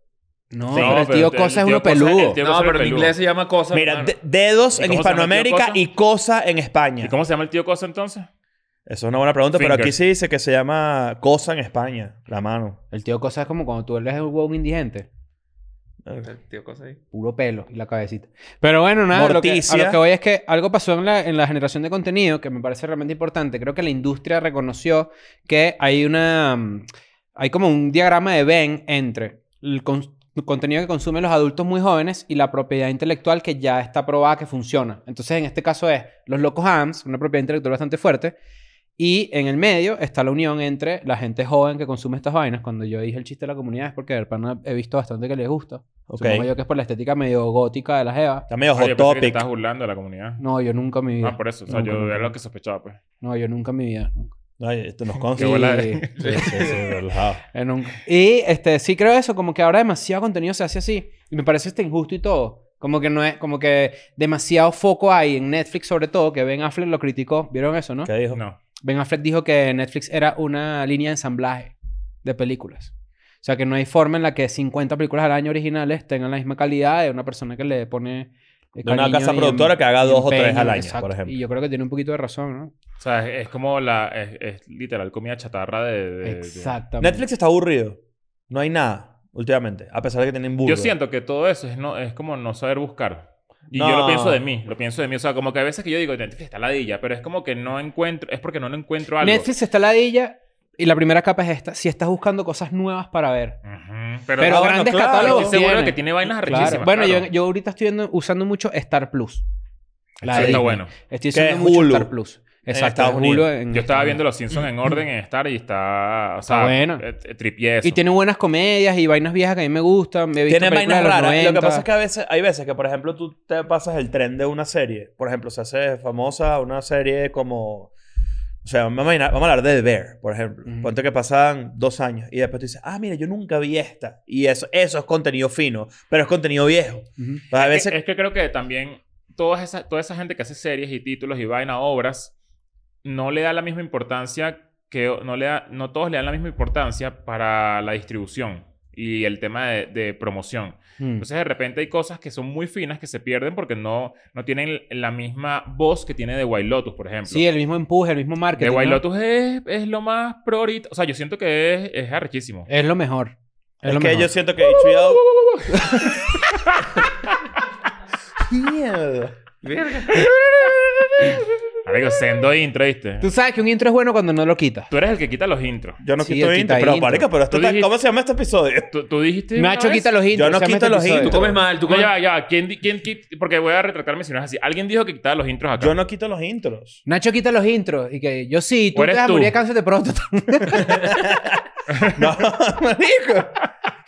No,
Sí.
pero
No,
el
pero
tío
el- el
Cosa
tío
es uno
Cosa- el
peludo.
tío- Yo
No,
soy
pero en
peludo.
inglés se llama cosa.
Mira,
hermano.
de- dedos
¿Y
en
cómo se llama el tío
Hispanoamérica
Cosa?
y cosa en España.
¿Y cómo se llama el tío Cosa entonces?
Eso es una buena pregunta, pero aquí
Fingers.
sí dice que se llama cosa en España. La mano.
El tío Cosa es como cuando tú eres un huevón indigente.
El tío cosa ahí.
Puro pelo y la cabecita. Pero bueno, nada, lo que- a
Morticia.
lo que voy es que algo pasó en la, en la generación de contenido que me parece realmente importante. Creo que la industria reconoció que hay una. mm, Hay como un diagrama de Ben entre el con- contenido que consumen los adultos muy jóvenes y la propiedad intelectual que ya está probada que funciona. Entonces, en este caso es Los Locos Hams, una propiedad intelectual bastante fuerte. Y en el medio está la unión entre la gente joven que consume estas vainas. Cuando yo dije el chiste de la comunidad es porque de pana he visto bastante que les gusta.
Ok.
Supongo yo que es por la estética medio gótica de la Jeva.
Está medio
Oye, Ah,
hot
pensé que te
topic.
estabas burlando de la comunidad.
No, yo nunca en mi vida.
Ah, por eso. O sea,
Nunca,
yo
nunca.
era lo que sospechaba, pues.
No, yo nunca en mi vida. Nunca.
No, esto nos consta.
Qué bola
Y-
de-
Sí, sí, sí, relajado.
Eh, nunca. Y este, sí creo eso, como que ahora demasiado contenido se hace así. Y me parece este injusto y todo. Como que no es, como que demasiado foco hay en Netflix, sobre todo, que Ben Affleck lo criticó. ¿Vieron eso, no?
¿Qué dijo?
No.
Ben Affleck dijo que Netflix era una línea de ensamblaje de películas. O sea, que no hay forma en la que 50 películas al año originales tengan la misma calidad de una persona que le pone. eh,
De una
cariño
casa
y
productora
em-
que haga
y
dos o tres
empeño.
al año,
Exacto.
por ejemplo.
Y yo creo que tiene un poquito de razón, ¿no?
O sea, es, es como la... Es, es literal comida chatarra de... de- de-
Exactamente.
Netflix está aburrido. No hay nada últimamente, a pesar de que tienen burro.
Yo siento que todo eso es, no, es como no saber buscar. Y yo
No.
lo pienso de mí, lo pienso de mí. O sea, como que a veces que yo digo, "Netflix está ladilla, pero es como que no encuentro, es porque no lo encuentro algo.
Netflix está ladilla y la primera capa es esta. Si estás buscando cosas nuevas para ver.
Ujú.
Pero
Ah, bueno,
grandes
claro,
estoy
catálogos.
seguro
tiene.
de que tiene vainas
Claro.
arrechísimas.
Bueno,
claro.
Yo, yo ahorita estoy viendo- usando mucho Star Plus. La
Eso está
de Disney.
bueno.
Estoy
Que
usando
es
mucho
Hulu.
Star Plus. Exacto.
Estados
Hulu
Unidos.
en-
Yo estaba viendo Los Simpsons en orden en Star y está... O sea,
buena.
eh, eh, tripié eso.
Y tiene buenas comedias y vainas viejas que a mí me gustan. Me he visto
Tienen
películas
vainas
de los
raras. Lo
90.
que pasa es que a veces, hay veces que, por ejemplo, tú te pasas el tren de una serie. Por ejemplo, se hace famosa una serie como. O sea, vamos a, imaginar- vamos a hablar de The Bear, por ejemplo.
Ujú.
Ponte que pasan dos años y después tú dices, ah, mira, yo nunca vi esta. Y eso, eso es contenido fino, pero es contenido viejo.
Ujú.
O sea, a
Es que-
veces.
Es que creo que también todas esas, toda esa gente que hace series y títulos y vaina, obras, no le da la misma importancia que no, le da- no todos le dan la misma importancia para la distribución y el tema de, de promoción.
Mm.
Entonces, de repente hay cosas que son muy finas que se pierden porque no, no tienen la misma voz que tiene The Wild Lotus, por ejemplo.
Sí, el mismo empuje, el mismo marketing.
The Wild
¿no?
Lotus es, es lo más pro ahorita. O sea, yo siento que es, es arrechísimo.
Es lo mejor. Es,
Es
lo
que
mejor.
yo siento que HBO... Mierda.
Amigo, sendo intro, ¿viste?
Tú sabes que un intro es bueno cuando no lo quitas.
Tú eres el que quita los intros.
Yo no
Sí,
quito
él quita
intro, pero
intro.
marica, pero esto
Tú
está-
dijiste-
¿Cómo se llama este episodio?
Tú, tú dijiste. una
Nacho
vez-
quita los intros.
no
se llama
quito
este
los
episodio.
Tú comes mal, tú
No,
comes
ya, ya. ¿Quién, di- quién, quit- Porque voy a retractarme si no es así. Alguien dijo que quitaba los intros acá.
Yo no quito los intros.
Nacho quita los intros. Y que yo sí, tú
¿O
te
eres
vas a
tú? Ah,
morir de cáncer de pronto.
No, marico.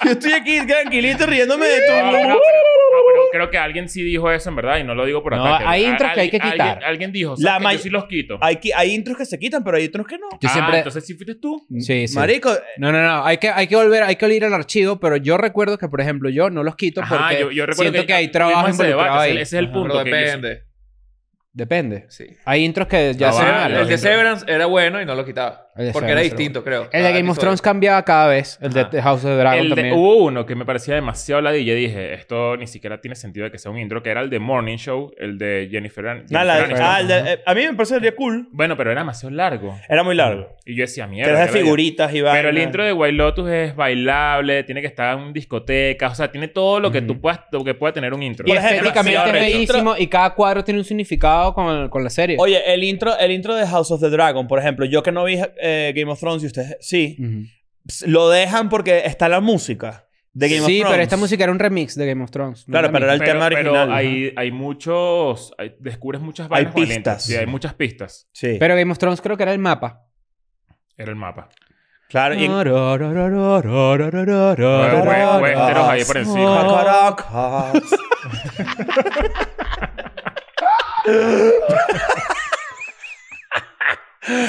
Yo estoy aquí tranquilito riéndome de
No, no,
todo.
pero, no, pero creo que alguien sí dijo eso en verdad y no lo digo por
No,
ataque.
hay intros
Al-
que hay que
alguien-
quitar.
Alguien, dijo, ¿sabes
La
qué?
may-
yo sí los quito.
Hay, que- hay intros que se quitan, pero hay otros que no.
Yo
ah,
siempre.
entonces sí fuiste tú.
Sí, sí.
Marico,
No, no, no. Hay que, hay que volver, hay que ir al archivo, pero yo recuerdo que, por ejemplo, yo no los quito porque
Ajá, yo, yo recuerdo
siento que, hay
tuvimos
trabajo
ese debate,
involucrado ahí.
Ese, ese es el
Ajá.
punto.
Pero
que yo-
depende.
Depende.
Sí.
Hay intros que ya
Ah,
No,
se
vale,
van.
vale.
El de Severance era bueno y no lo quitaba.
El de
Porque era
Severance era Ah,
distinto, creo.
El de Game of Thrones cambiaba cada vez. El
Ah.
Ajá.
de House of the Dragon
El de-
uh,
también.
hubo uno que me parecía demasiado ladilla y dije, esto ni siquiera tiene sentido de que sea un intro, que era el de Morning Show, el de Jennifer, An
nada,
Jennifer
la-
Aniston.
ah, el de- eh, a mí me parece que sería cool.
Bueno, pero era demasiado largo.
Era muy largo.
Y yo decía,
Pero
mierda.
era de
qué ladilla".
figuritas y
Pero el
vainas.
intro de Wild Lotus es bailable, tiene que estar en discoteca, o sea, tiene todo lo que tú
Ujú.
puedas, lo que pueda tener un intro.
Y
Por ejemplo,
estéticamente
sí,
es
ahora el intro-
bellísimo y cada cuadro tiene un significado con, con la serie.
Oye, el intro, el intro de House of the Dragon, por ejemplo, yo que no vi eh, Game of Thrones y ustedes sí,
Ujú.
ps- lo dejan porque está la música de Game of Thrones.
Sí, pero esta música era un remix de Game of Thrones. no
Claro,
la
pero
misma.
era el tema original,
hay, hay muchos... hay- descubres muchas vainas
Hay
con el intro.
pistas.
Sí, hay muchas pistas.
Sí.
Pero Game of Thrones creo que era el mapa.
Era el mapa.
claro,
Fue-
y-
fue- fue enteros ahí por encima.
Ah, Caracas.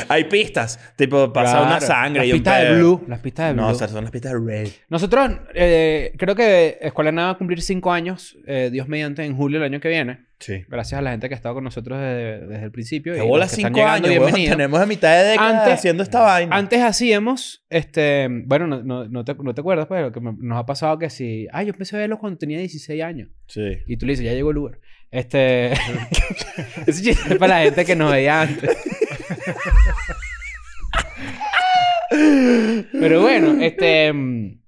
Hay pistas, tipo pasa
Claro.
una sangre
Las
y un
pistas de
pedo.
Blue. Las pistas de Blue.
No, o sea, son las pistas de Red.
Nosotros, eh, creo que Escuela de Nada va a cumplir cinco años, eh, Dios mediante, en julio del año que viene.
Sí.
Gracias a la gente que ha estado con nosotros desde, desde el principio.
Que
y
bola
los que
cinco
están llegando,
años, weón.
bienvenidos.
Tenemos a mitad de década
Antes-
haciendo esta vaina.
Antes hacíamos, este, bueno, no, no, no te, no te acuerdas, pero que me- nos ha pasado que si, ah, yo empecé a verlo cuando tenía 16 años.
Sí.
Y tú le dices, ya llegó el Uber. Este, ese chiste es para la gente que nos veía antes. Pero bueno, este, mm,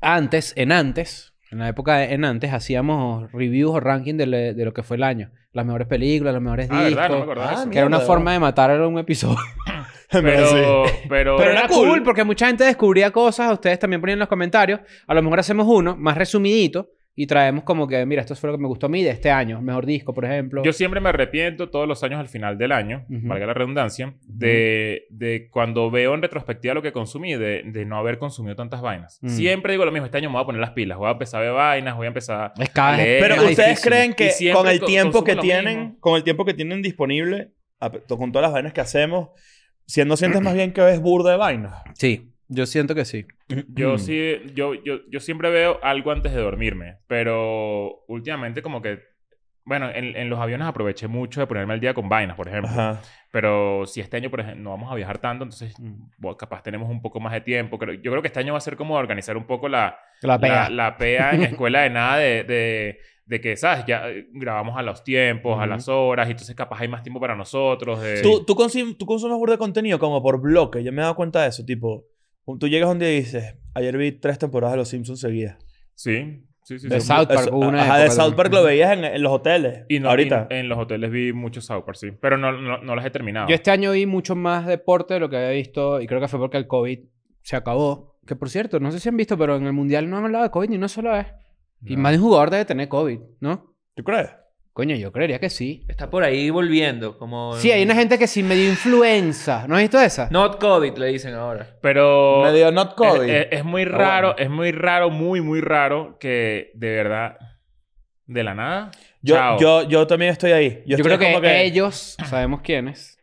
antes, en antes, en la época de en antes, hacíamos reviews o ranking de, le- de lo que fue el año. Las mejores películas, los mejores
Ah,
discos.
¿verdad? No me acordaba de
Ah,
eso.
que era una
Mierda,
forma de matar a un episodio.
Pero... pero,
Pero, era
era
cool.
cool.
porque mucha gente descubría cosas. Ustedes también ponían en los comentarios. A lo mejor hacemos uno más resumidito y traemos como que, mira, esto fue lo que me gustó a mí de este año. Mejor disco, por ejemplo.
Yo siempre me arrepiento todos los años al final del año,
Ujú.
valga la redundancia, de, de cuando veo en retrospectiva lo que consumí, de, de no haber consumido tantas vainas.
Mm.
Siempre digo lo mismo, este año me voy a poner las pilas, voy a empezar a ver vainas, voy a empezar...
es cada vez
Leer.
Pero
más
ustedes
difícil.
creen que
Y siempre
con el
co-
tiempo
consumo
que
lo
tienen,
mismo.
con el tiempo que tienen disponible, a- con todas las vainas que hacemos, si no sientes más bien que ves burda de vainas.
Sí, yo siento que sí.
Yo sí, yo, yo, yo siempre veo algo antes de dormirme, pero últimamente como que... Bueno, en, en los aviones aproveché mucho de ponerme al día con vainas, por ejemplo.
Ajá.
Pero si este año, por ejemplo, no vamos a viajar tanto, entonces
Mm.
bueno, capaz tenemos un poco más de tiempo. Creo- Yo creo que este año va a ser como organizar un poco la,
La pega.
la, la pea en escuela de nada de, de, de que, ¿sabes? Ya eh, grabamos a los tiempos, a
Ujú.
las horas, y entonces capaz hay más tiempo para nosotros. de-
Tú, tú, consum- tú consumes burda de contenido como por bloque. Yo me he dado cuenta de eso. Tipo, tú llegas un día y dices, ayer vi tres temporadas de Los Simpsons seguidas.
Sí, sí, sí.
De
sí.
South Park
Eso-
hubo una
ajá, de
época
South
también.
Park lo veías en, en los hoteles.
Y no-
ahorita.
y en los hoteles vi muchos South Park, sí. Pero no, no, no las he terminado.
Yo este año vi mucho más deporte de lo que había visto y creo que fue porque el COVID se acabó. Que por cierto, no sé si han visto, pero en el Mundial no han hablado de COVID ni una sola vez. Y
No.
más de un jugador debe tener COVID, ¿no?
¿Tú crees?
Coño, yo creería que sí.
Está por ahí volviendo. Como
Sí, hay una gente que sí me dio influenza. ¿No has visto esa?
Not COVID, le dicen ahora.
Pero...
Medio not COVID.
Es, es- es muy
Pero
raro,
bueno.
es muy raro, muy, muy raro que de verdad, de la nada.
yo,
chao.
yo, yo también estoy ahí.
Yo,
Yo, estoy
creo que,
como que
ellos, sabemos quiénes.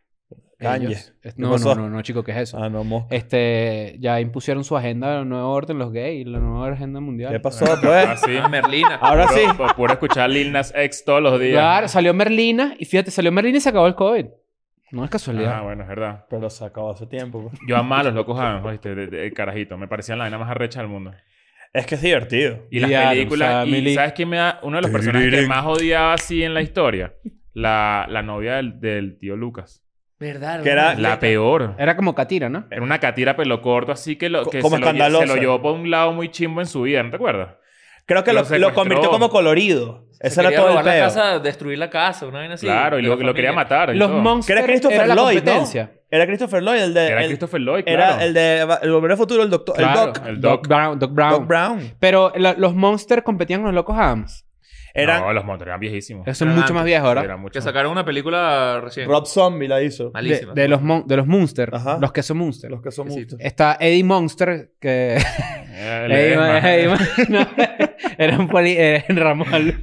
Kanye.
Ellos. Es-
¿Qué
No, no,
pasó?
no, no, chico, ¿qué es eso?
Ah, no, mosca.
Este, ya impusieron su agenda, la nueva orden, los gays, la nueva agenda mundial.
¿Qué pasó, pues?
Así.
Ah, Merlina.
Ahora sí.
Puro, puro escuchar Lil Nas X todos los días.
Claro, salió Merlina y fíjate, salió Merlina y se acabó el COVID. No es casualidad.
Ah, bueno, es verdad.
Pero se acabó hace tiempo. pues.
Yo amaba a los locos Adams, ¿oíste? De- de- de carajito. Me parecían la vaina más arrecha del mundo.
Es que es divertido.
Y las
Y Adams,
películas.
ah,
y
Millie-
¿sabes quién me da? Uno de los personajes que más odiaba así en la historia. La, la novia del, del tío Lucas.
¿Verdad?
Que era-
La peor.
Era como Katira, ¿no?
Era una catira pelo corto así que, lo,
Co-
que
como
se, lo, lle-
escandalosa.
se lo llevó por un lado muy chimbo en su vida, ¿no te acuerdas?
Creo que
Lo
lo, lo
secuestró.
convirtió como colorido. Ese era
quería
todo el
robar la
peo.
casa, destruir la casa, una vaina así.
claro, y
de
lo,
la
lo quería
familia.
matar. y
Los
todo.
monstruos.
Que era Christopher
la
Lloyd, ¿no?
competencia.
Era Christopher Lloyd, el de...
Era
eh, el,
Christopher Lloyd,
era
claro.
el de Va- El Volver al Futuro, el doctor...
Claro,
el Doc.
El
Doc
Doc.
Brown. Doc Brown.
Doc Brown.
Pero la- los Monsters competían con los Locos Adams.
Eran...
No, los monstruos eran viejísimos.
Eso es
Eran
mucho más viejo
Sí,
ahora.
eran mucho
Que
más-
sacaron una película recién.
Rob Zombie la hizo.
De,
Malísima.
de los, mon- de los Monsters.
Ajá.
Los que son Monsters.
Los que son
Que sí.
muchos.
Está Eddie Monster, que...
Eh, el
Eddie, Mon-
Edesma.
Eddie Mon- no, era un poli... Era en Ramón.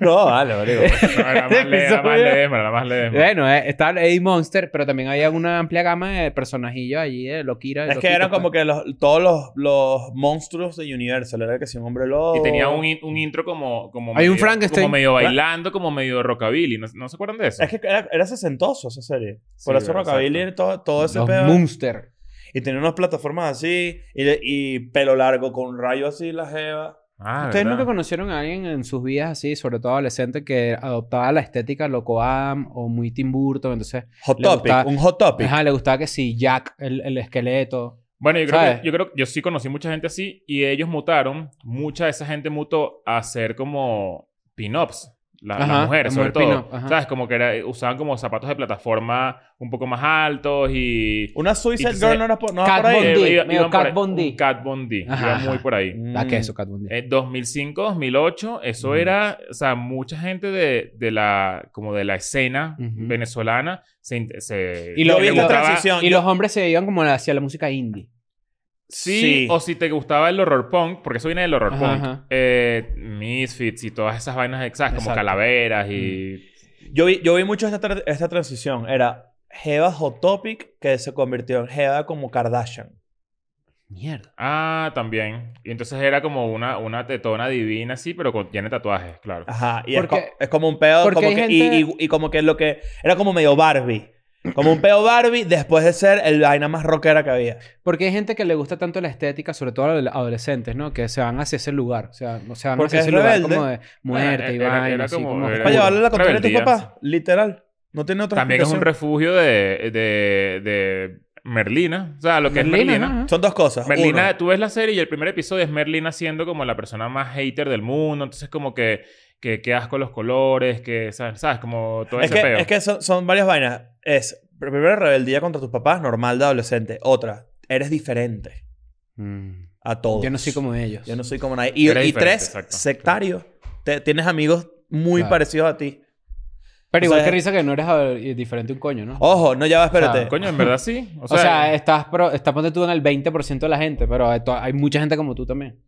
No, vale, marico.
No, era más le- era más Ledesma, era más Ledesma.
Bueno, eh, estaba Eddie Monster, pero también había una amplia gama de personajillos allí, de Loquira. pues.
Es que eran como que los, todos los, los monstruos de Universal. Era que si un hombre lobo...
Y tenía un, in- un intro como, como,
Hay un Frankenstein.
como medio bailando, como medio rockabilly. ¿No, no se acuerdan de eso?
Es que era, era sesentoso esa serie.
Sí,
Por eso
exacto.
Rockabilly, todo, todo ese
Los
pedo.
Monster.
Y tenía unas plataformas así. Y, le- y pelo largo con rayo así, la jeva.
Ah,
¿Ustedes
¿verdad?
nunca conocieron a alguien en sus vidas así, sobre todo adolescente, que adoptaba la estética Loco Adam o muy Tim Burton? Entonces,
Hot
Le
Topic.
gustaba-
Un Hot Topic.
ajá, le gustaba que sí, Jack, el, el esqueleto.
Bueno, yo creo,
¿Sabes?
que, yo creo yo sí conocí mucha gente así y ellos mutaron. Mucha de esa gente mutó a ser como pin-ups. La- Las
Ajá,
mujeres,
la
sobre
mujer pin-up,
todo.
ajá.
¿Sabes? Como que era- usaban como zapatos de plataforma un poco más altos y...
Una Suicide
Y se-
Girl no era por, no era
Cat
por ahí.
Von D.
iba-
medio
iban por
Cat
ahí-
Von D.
un Cat Von D. Iba
Ajá,
muy
ajá.
por ahí.
Mm.
La queso, Cat Von D.
Eh, 2005, 2008, eso
Ujú.
era, o sea, mucha gente de, de la, como de la escena
Ujú.
venezolana se, in- se-
Y lo-
le
y lo-
gustaba-
transición.
Y
yo-
los hombres se iban como hacia la música indie.
Sí,
Sí.
o si te gustaba el horror punk, porque eso viene del horror
Ajá,
punk,
ajá.
eh, Misfits y todas esas vainas exactas, como
Exacto.
calaveras
Mm.
y...
Yo vi, yo vi mucho esta, tra- esta transición. Era Jeva Hot Topic que se convirtió en Jeva como Kardashian.
Mierda.
Ah, también. Y entonces era como una, una tetona divina así, pero con, llena de tatuajes, claro.
Ajá. Y
Porque-
es, co- es como un peo.
porque
Como
hay
que, y-
gente-
y, y como que lo que. Era como medio Barbie. Como un peo Barbie después de ser el vaina más rockera que había.
Porque hay gente que le gusta tanto la estética, sobre todo a los adolescentes, ¿no? Que se van hacia ese lugar. O sea, se van
Porque
hacia
es
ese lugar
rebelde.
como de muerte y
Era- era-
vaina.
era
así
como-
como
era-
oscuro.
Para llevarle la contraria a tus
Rebeldía,
papás. Literal. No tiene otra
También es un
explicación.
refugio de, de, de Merlina, o sea, lo que es
Merlina,
Merlina.
¿no? Ajá.
Son dos cosas.
Merlina,
Uno,
tú ves la serie y el primer episodio es Merlina siendo como la persona más hater del mundo. Entonces, como que, que, que asco los colores, que, ¿sabes? ¿Sabes? Como todo
es
ese
que,
peo.
es que son, son varias vainas. Es, primero, rebeldía contra tus papás, normal de adolescente. Otra, eres diferente
Mm.
a todos.
Yo no soy como ellos.
Yo no soy como nadie. Y,
Eres
y
diferente,
tres,
exacto.
sectario. Te- tienes amigos muy
Claro.
parecidos a ti.
Pero
O
igual
sea, Oh,
que risa que no eres eh, diferente un coño, ¿no?
Ojo, no, ya va, espérate.
O sea,
Ah, Coño, en verdad sí. O
O sea,
sea, eh,
estás, pro, estás ponte tú en el 20% de la gente, pero hay, to- hay mucha gente como tú también.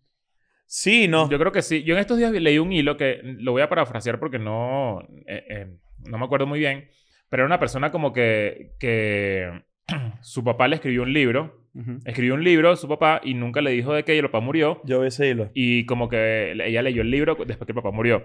sí, no.
yo creo que sí. Yo en estos días leí un hilo que lo voy a parafrasear porque no, eh, eh, no me acuerdo muy bien. Pero era una persona como que, que su papá le escribió un libro.
Ujú.
Escribió un libro su papá y nunca le dijo de que el papá murió.
Yo vi ese hilo.
Y como que ella leyó el libro después que el papá murió.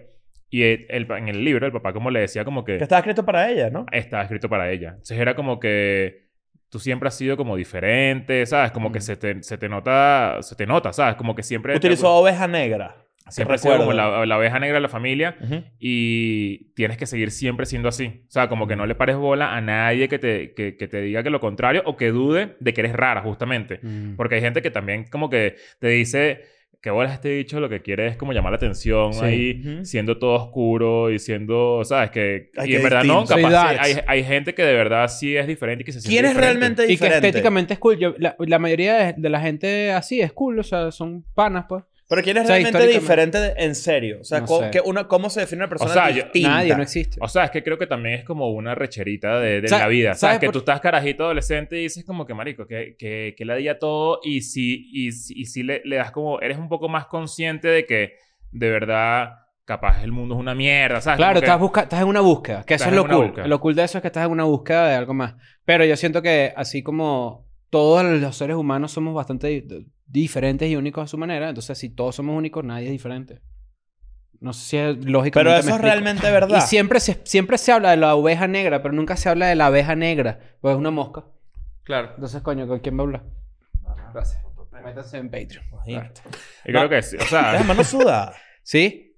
Y el- el- en el libro el papá como le decía como
Que estaba escrito para ella, ¿no?
estaba escrito para ella. Entonces era como que tú siempre has sido como diferente, ¿sabes? Como que se te, se te nota, se te nota, ¿sabes? Como que siempre...
Utilizó oveja negra.
pues. siempre has sido como
recuerdo.
la, la oveja negra de la familia
Ujú.
y tienes que seguir siempre siendo así. O sea, como que no le pares bola a nadie que te, que, que te diga que lo contrario o que dude de que eres rara, justamente.
Mm.
Porque hay gente que también como que te dice que bolas este bicho, lo que quiere es como llamar la atención
Sí.
ahí,
Ujú.
siendo todo oscuro y siendo, ¿sabes? Que,
Ay,
y
qué
en verdad no,
distinto.
Soy
capaz sí,
darks.
hay, hay gente que de verdad sí es diferente y que se siente
¿Quién es
diferente.
realmente
Y que
diferente?
estéticamente es cool. Yo- la, la mayoría de, de la gente así es cool, o sea, son panas, pues.
Pero ¿quién es
O sea,
realmente
históricamente-
diferente de- en serio? O sea,
No
co-
sé.
que una- ¿cómo se define una persona
O sea, yo-
distinta?
Nadie, no existe.
O sea, es que creo que también es como una recherita de, de
Sa-
la vida.
¿sabes
¿Sabes? Que
por-
tú estás carajito adolescente y dices como que, marico, que, que, que ladilla todo. Y si, y si, y si le, le das como... Eres un poco más consciente de que de verdad capaz el mundo es una mierda, ¿sabes?
Claro,
Como que-
estás, busca estás en una búsqueda, que eso
Estás
es
en
lo
una
cool.
búsqueda.
Lo cool de eso es que estás en una búsqueda de algo más. Pero yo siento que así como todos los seres humanos somos bastante di- diferentes y únicos a su manera, entonces si todos somos únicos, nadie es diferente. No sé si es lógico.
Pero eso es realmente verdad.
Y siempre se, siempre se habla de la oveja negra, pero nunca se habla de la abeja negra, porque es una mosca.
Claro.
Entonces, coño, ¿con quién va a hablar? Gracias. Métanse en Patreon.
Imagínate.
Y creo que sí. O sea,
Las manos sudadas.
¿Sí?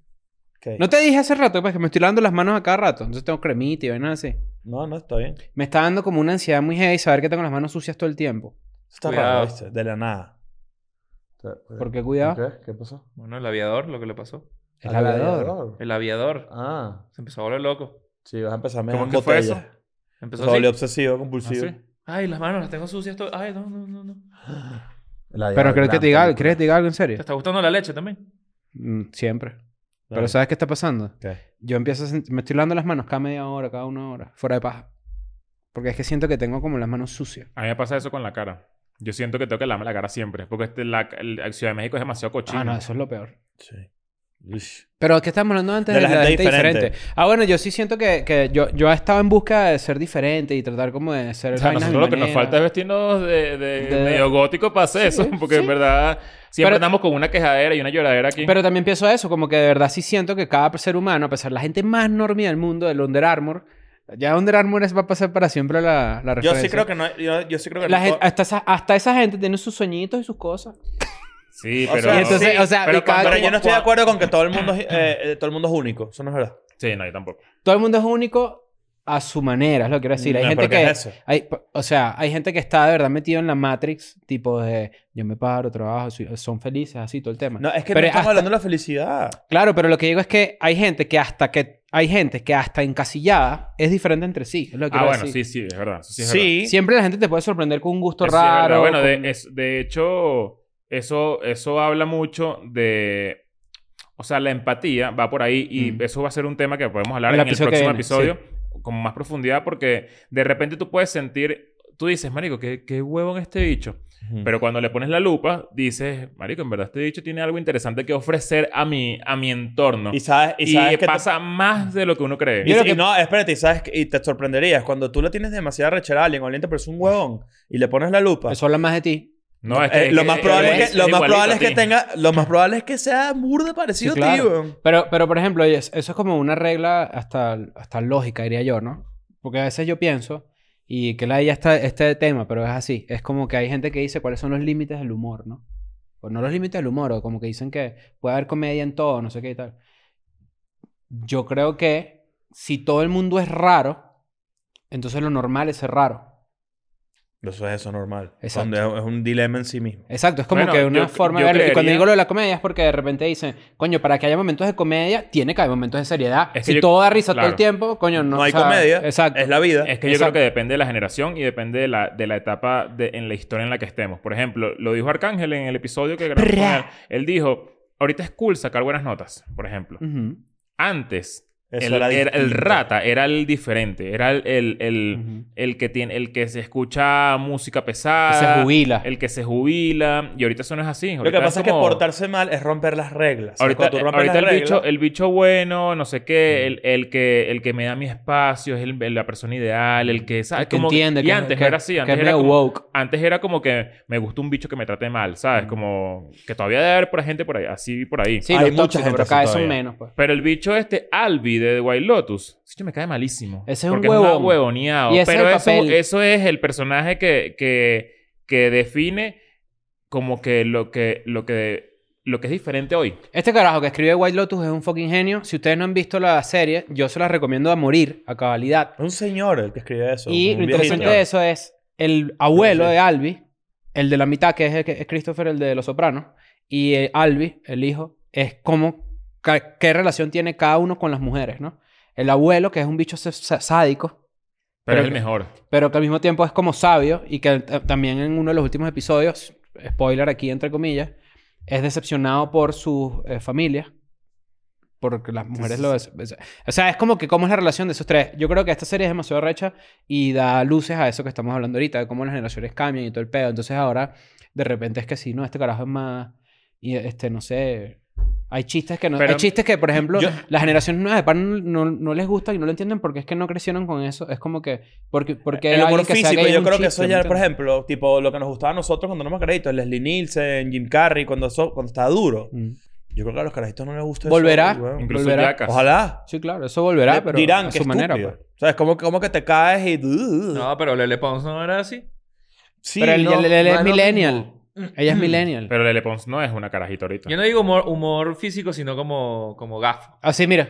Ok.
No te dije hace rato, pues, que me estoy lavando las manos a cada rato. Entonces tengo cremita y vainas así.
No, no, está bien.
Me está dando como una ansiedad muy heavy saber que tengo las manos sucias todo el tiempo.
Está raro,
Cuidado.
¿viste? De la nada.
¿Por qué cuidado?
¿Qué? ¿Qué pasó?
Bueno, el aviador, lo que le pasó.
El
Ah,
aviador.
El aviador.
Ah,
Se empezó a volver loco.
sí, vas a empezar.
Empezar a mear
¿Cómo que fue
botellas.
eso?
Empezó
Se volvió
así.
obsesivo,
¿Ah,
compulsivo.
sí?
Ay, las manos las tengo sucias. todo- Ay, no, no, no, no.
La
Ah, Pero creo que
gran
te diga, algo.
película.
¿quieres que te diga algo en
¿Te
serio?
está gustando la leche también?
Mm, siempre.
Dale.
Pero ¿sabes qué está pasando?
¿Qué?
Yo empiezo a sent- me estoy lavando las manos cada media hora, cada una hora, fuera de paja. Porque es que siento que tengo como las manos sucias.
A mí me pasa eso con la cara. Yo siento que tengo que lavarme la cara siempre. Porque este, la, el- el Ciudad de México es demasiado cochino.
Ah, no, eso es lo peor.
Sí. Ush.
Pero ¿qué estábamos hablando antes
De
de,
la
la,
gente
gente,
diferente.
diferente. Ah, bueno, yo sí siento que, que yo, yo he estado en busca de ser diferente y tratar como de ser...
O sea, a
vainas a mi
nosotros lo que nos
manera.
falta es vestirnos de, de
De-
medio gótico para hacer
Sí,
eso. Porque en
sí.
verdad siempre
Pero-
andamos con una quejadera y una lloradera aquí.
Pero también pienso eso, como que de verdad sí siento que cada ser humano, a pesar de la gente más normía del mundo, el Under Armour, ya Under Armour es- va a pasar para siempre la, la
Yo
referencia.
sí creo que no. Yo, yo sí creo que
La
no-
gente- hasta, esa, hasta esa gente tiene sus sueñitos y sus cosas.
sí,
O
pero...
sea,
y entonces, o sea,
pero
y cada-
Pero yo
como-
no estoy de acuerdo con que todo el mundo es, eh, eh, todo el mundo es único. Eso no es verdad.
Sí, no, yo tampoco.
todo el mundo es único a su manera, es lo que quiero decir. Hay
No,
gente
pero ¿qué
que...
es eso?
hay- o sea, hay gente que está de verdad metido en la Matrix, tipo de yo me paro, trabajo, soy- son felices, así todo el tema.
No, es que
Pero
no estamos
hasta-
hablando de la felicidad.
Claro, pero lo que digo es que hay gente que hasta que hay gente que hasta encasillada es diferente entre sí. Es lo que
Ah,
quiero
bueno,
decir.
sí, sí, es verdad. Eso sí, es verdad.
Sí.
Siempre la gente te puede sorprender con un gusto
Eso sí es verdad.
raro.
bueno, de,
con-
es- de hecho, eso, eso habla mucho de... O sea, la empatía va por ahí y
Mm.
eso va a ser un tema que podemos hablar en
El
el
episodio que
próximo
viene,
episodio con más profundidad porque de repente tú puedes sentir... Tú dices, marico, qué, qué huevón este bicho.
Mm.
Pero cuando le pones la lupa, dices, marico, en verdad este bicho tiene algo interesante que ofrecer a mi, a mi entorno.
y sabes, y
Y,
sabes que te-
pasa más de lo que uno cree.
Y,
Yo creo
si-
que-
no, espérate, y sabes que- y te sorprenderías cuando tú le tienes demasiada rechera a alguien o alguien te parece un huevón y le pones la lupa.
Eso habla más de ti.
No, es
eh, lo más probable es que, lo más
igualito
probable
a
es que
ti.
tenga, lo más probable es que sea burde parecido
Sí,
a ti,
claro.
weón.
Pero, pero por ejemplo, oye, es- eso es como una regla hasta, hasta lógica, diría yo, ¿no? Porque a veces yo pienso, y que la ya está este tema, pero es así. Es como que hay gente que dice cuáles son los límites del humor, ¿no? O no los límites del humor, o como que dicen que puede haber comedia en todo, no sé qué y tal. Yo creo que si todo el mundo es raro, entonces lo normal es ser raro.
Eso es eso normal.
Exacto.
Donde es es un dilema en sí mismo.
Exacto, es como
Bueno,
que una
yo-
forma
yo
de verlo. Y cuando
creería-
digo lo de la comedia es porque de repente dicen, coño, para que haya momentos de comedia, tiene que haber momentos de seriedad.
Es que
si
yo-
todo da risa todo
claro.
el tiempo, coño, no.
No, hay
o sea,
comedia,
Exacto.
es la vida.
Es que yo creo
Exacto.
que depende de la generación y depende de la, de la etapa de- en la historia en la que estemos. Por ejemplo, lo dijo Arcángel en el episodio que grabamos. con él. Él dijo, ahorita es cool sacar buenas notas, por ejemplo.
Ujú,
Antes,
Eso
el,
era
era- el
distinto.
rata era el diferente, era el, el, el-
ujú.
el que tiene, el que se escucha música
Que
pesada.
se jubila.
Ah, El que se jubila. Y ahorita eso no es así.
Lo que
Ahorita
pasa es que
como-
portarse mal es romper las reglas.
Ahorita, eh,
Cuando tú rompes
ahorita
las
el,
reglas-
bicho, el bicho bueno, no sé qué, el, el que, el que me da mi espacio, es el- el- la persona ideal, el que sabe
El que
como que-
entiende
y
que,
antes
que-
no era así,
que
antes
es
era,
medio
como,
woke.
antes era como que me gusta un bicho que me trate mal, ¿sabes? Como que todavía debe haber por gente por ahí, así por ahí.
Sí,
Hay
los
mucha
tóxicos,
gente
pero
así
cada vez son
todavía.
menos, pues.
Pero el bicho este, Albi de The White Lotus, ese bicho me cae malísimo.
Ese es un
porque es
huevón.
un huevoneado.
Y ese es
pero
el
eso,
papel.
eso es el personaje que, que, que define como que lo que, lo que lo que es diferente hoy.
Este carajo que escribe White Lotus es un fucking genio. Si ustedes no han visto la serie, yo se las recomiendo a morir, a cabalidad.
Un señor el que escribe eso.
Y
un
lo interesante
viejito.
de eso es el abuelo
Sí, sí.
de Albi, el de la mitad, que es, el que- es Christopher, el de Los Sopranos, y eh, Albi, el hijo, es como ca- qué relación tiene cada uno con las mujeres, ¿no? El abuelo, que es un bicho s- s- sádico,
Pero,
Pero
es el
que-
mejor.
pero que al mismo tiempo es como sabio y que t- también en uno de los últimos episodios, spoiler aquí entre comillas, es decepcionado por su eh, familia. Porque las mujeres lo... des- O sea, es como que cómo es la relación de esos tres. Yo creo que esta serie es demasiado recha y da luces a eso que estamos hablando ahorita, de cómo las generaciones cambian y todo el pedo. Entonces ahora, de repente es que sí, no, este carajo es más... Y este, no sé... Hay chistes que no...
Pero-
hay chistes que, por ejemplo,
Yo-
las generaciones nuevas de pan no, no les gustan y no lo entienden porque es que no crecieron con eso. Es como que... Porque, porque
el humor
alguien que sea
físico,
gay es
yo
un
creo que
chiste,
eso
¿me
ya, por
entiendes?
ejemplo, tipo lo que nos gustaba a nosotros cuando no éramos créditos, Leslie Nielsen, Jim Carrey, cuando, eso- cuando estaba duro.
Mm.
Yo creo que a los carajitos no les gusta eso,
Volverá.
weón.
Incluso
Volverá.
Jackass.
Ojalá.
Sí, claro, eso volverá,
Le-
pero
dirán
a
que
su manera.
estúpido.
pues.
O sea, es como, como que te caes y... uh,
No, pero Lele Pons no era así.
Sí,
pero el-
no.
el- el-
no es
es
lo
millennial. Ella es millennial.
Pero Lele Pons no es una carajita ahorita.
Yo no digo humor, humor físico, sino como, como gafo.
Así, mira.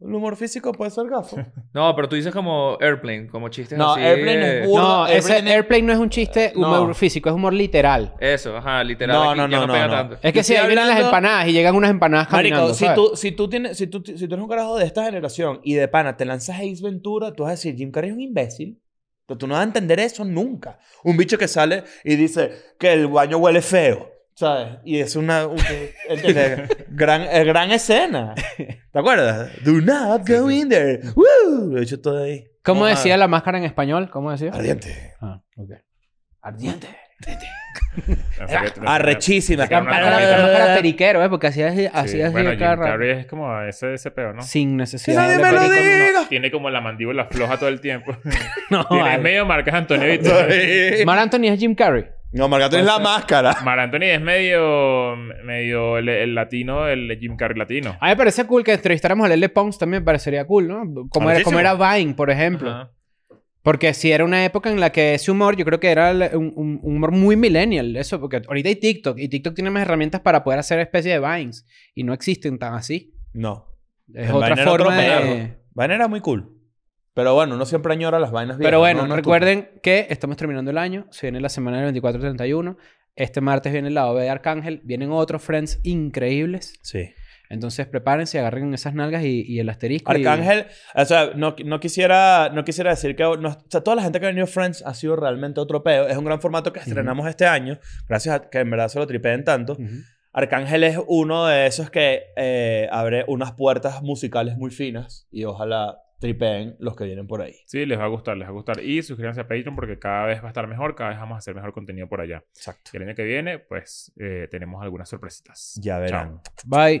El humor físico puede ser gafo.
No, pero tú dices como airplane, como chistes
No,
así.
Airplane es burda.
No,
Airplane
ese
tiene-
Airplane no es un chiste humor
No.
físico, es humor literal.
Eso, ajá, literal.
No,
aquí
no,
ya
no,
no,
no,
pega
no.
tanto.
Es que
Yo
si
estoy
ahí vienen las
hablando-
empanadas y llegan unas empanadas caminando,
Marico, si
¿sabes?
tú, si, tú tienes, si, tú, si tú eres un carajo de esta generación y de pana te lanzas a Ace Ventura, tú vas a decir, Jim Carrey es un imbécil. Pero tú no vas a entender eso nunca. Un bicho que sale y dice que el baño huele feo, ¿sabes? Y es una... un- ¿entiendes? gran, eh, gran escena. ¿Te acuerdas? Do not go in there. Woo! Lo he hecho todo ahí.
¿Cómo
Mojado.
decía la máscara en español? ¿Cómo decía?
Ardiente.
Ah, ok.
Ardiente.
ah, Arrechísima.
Era una
Era,
carajita.
era máscara periquero, ¿eh? Porque hacía así,
Sí,
hacía así
bueno,
de
Jim
cada rato.
Carrey es como ese, ese peo, ¿no?
Sin
Que
necesidad.
nadie
de
me lo
perico.
diga.
Tiene como la mandíbula floja todo el tiempo.
No,
Tiene
vale.
medio marcas Antonio. ¿viste?
Mar Anthony es Jim Carrey.
No, Margato es la máscara.
Mar Anthony es medio, medio el, el latino, el Jim Carrey latino.
A mí me parece cool que entrevistáramos a Lele Pons también me parecería cool, ¿no? Como era, como
Arrechísimo.
era Vine, por ejemplo.
Ajá.
Porque si era una época en la que ese humor, yo creo que era el- un, un- un humor muy millennial, eso, porque ahorita hay TikTok y TikTok tiene más herramientas para poder hacer especie de Vines y no existen tan así.
No.
Es
El
otra
Vine era otro
forma de...
pedo. Vaina era muy cool. Pero bueno, uno siempre añora las vainas viejas.
Pero bueno,
¿no? No es
recuerden que estamos terminando el año. Se viene la semana del 24-31. Este martes viene la OV de Arcángel. Vienen otros Friends increíbles.
tu- Sí.
Entonces prepárense, agarren esas nalgas y, y el asterisco. y-
Arcángel, o sea, no, no quisiera, no quisiera decir que... no- o sea, toda la gente que ha venido a Friends ha sido realmente otro peo. Es un gran formato que estrenamos este año. Gracias a que en verdad se lo tripeen tanto.
Ujú.
Arcángel es uno de esos que eh, abre unas puertas musicales muy finas. Y ojalá tripeen los que vienen por ahí.
Sí, les va a gustar, les va a gustar. Y suscríbanse a Patreon porque cada vez va a estar mejor, cada vez vamos a hacer mejor contenido por allá.
Exacto.
Y el año que viene, pues, eh, tenemos algunas sorpresitas.
Ya verán.
Bye.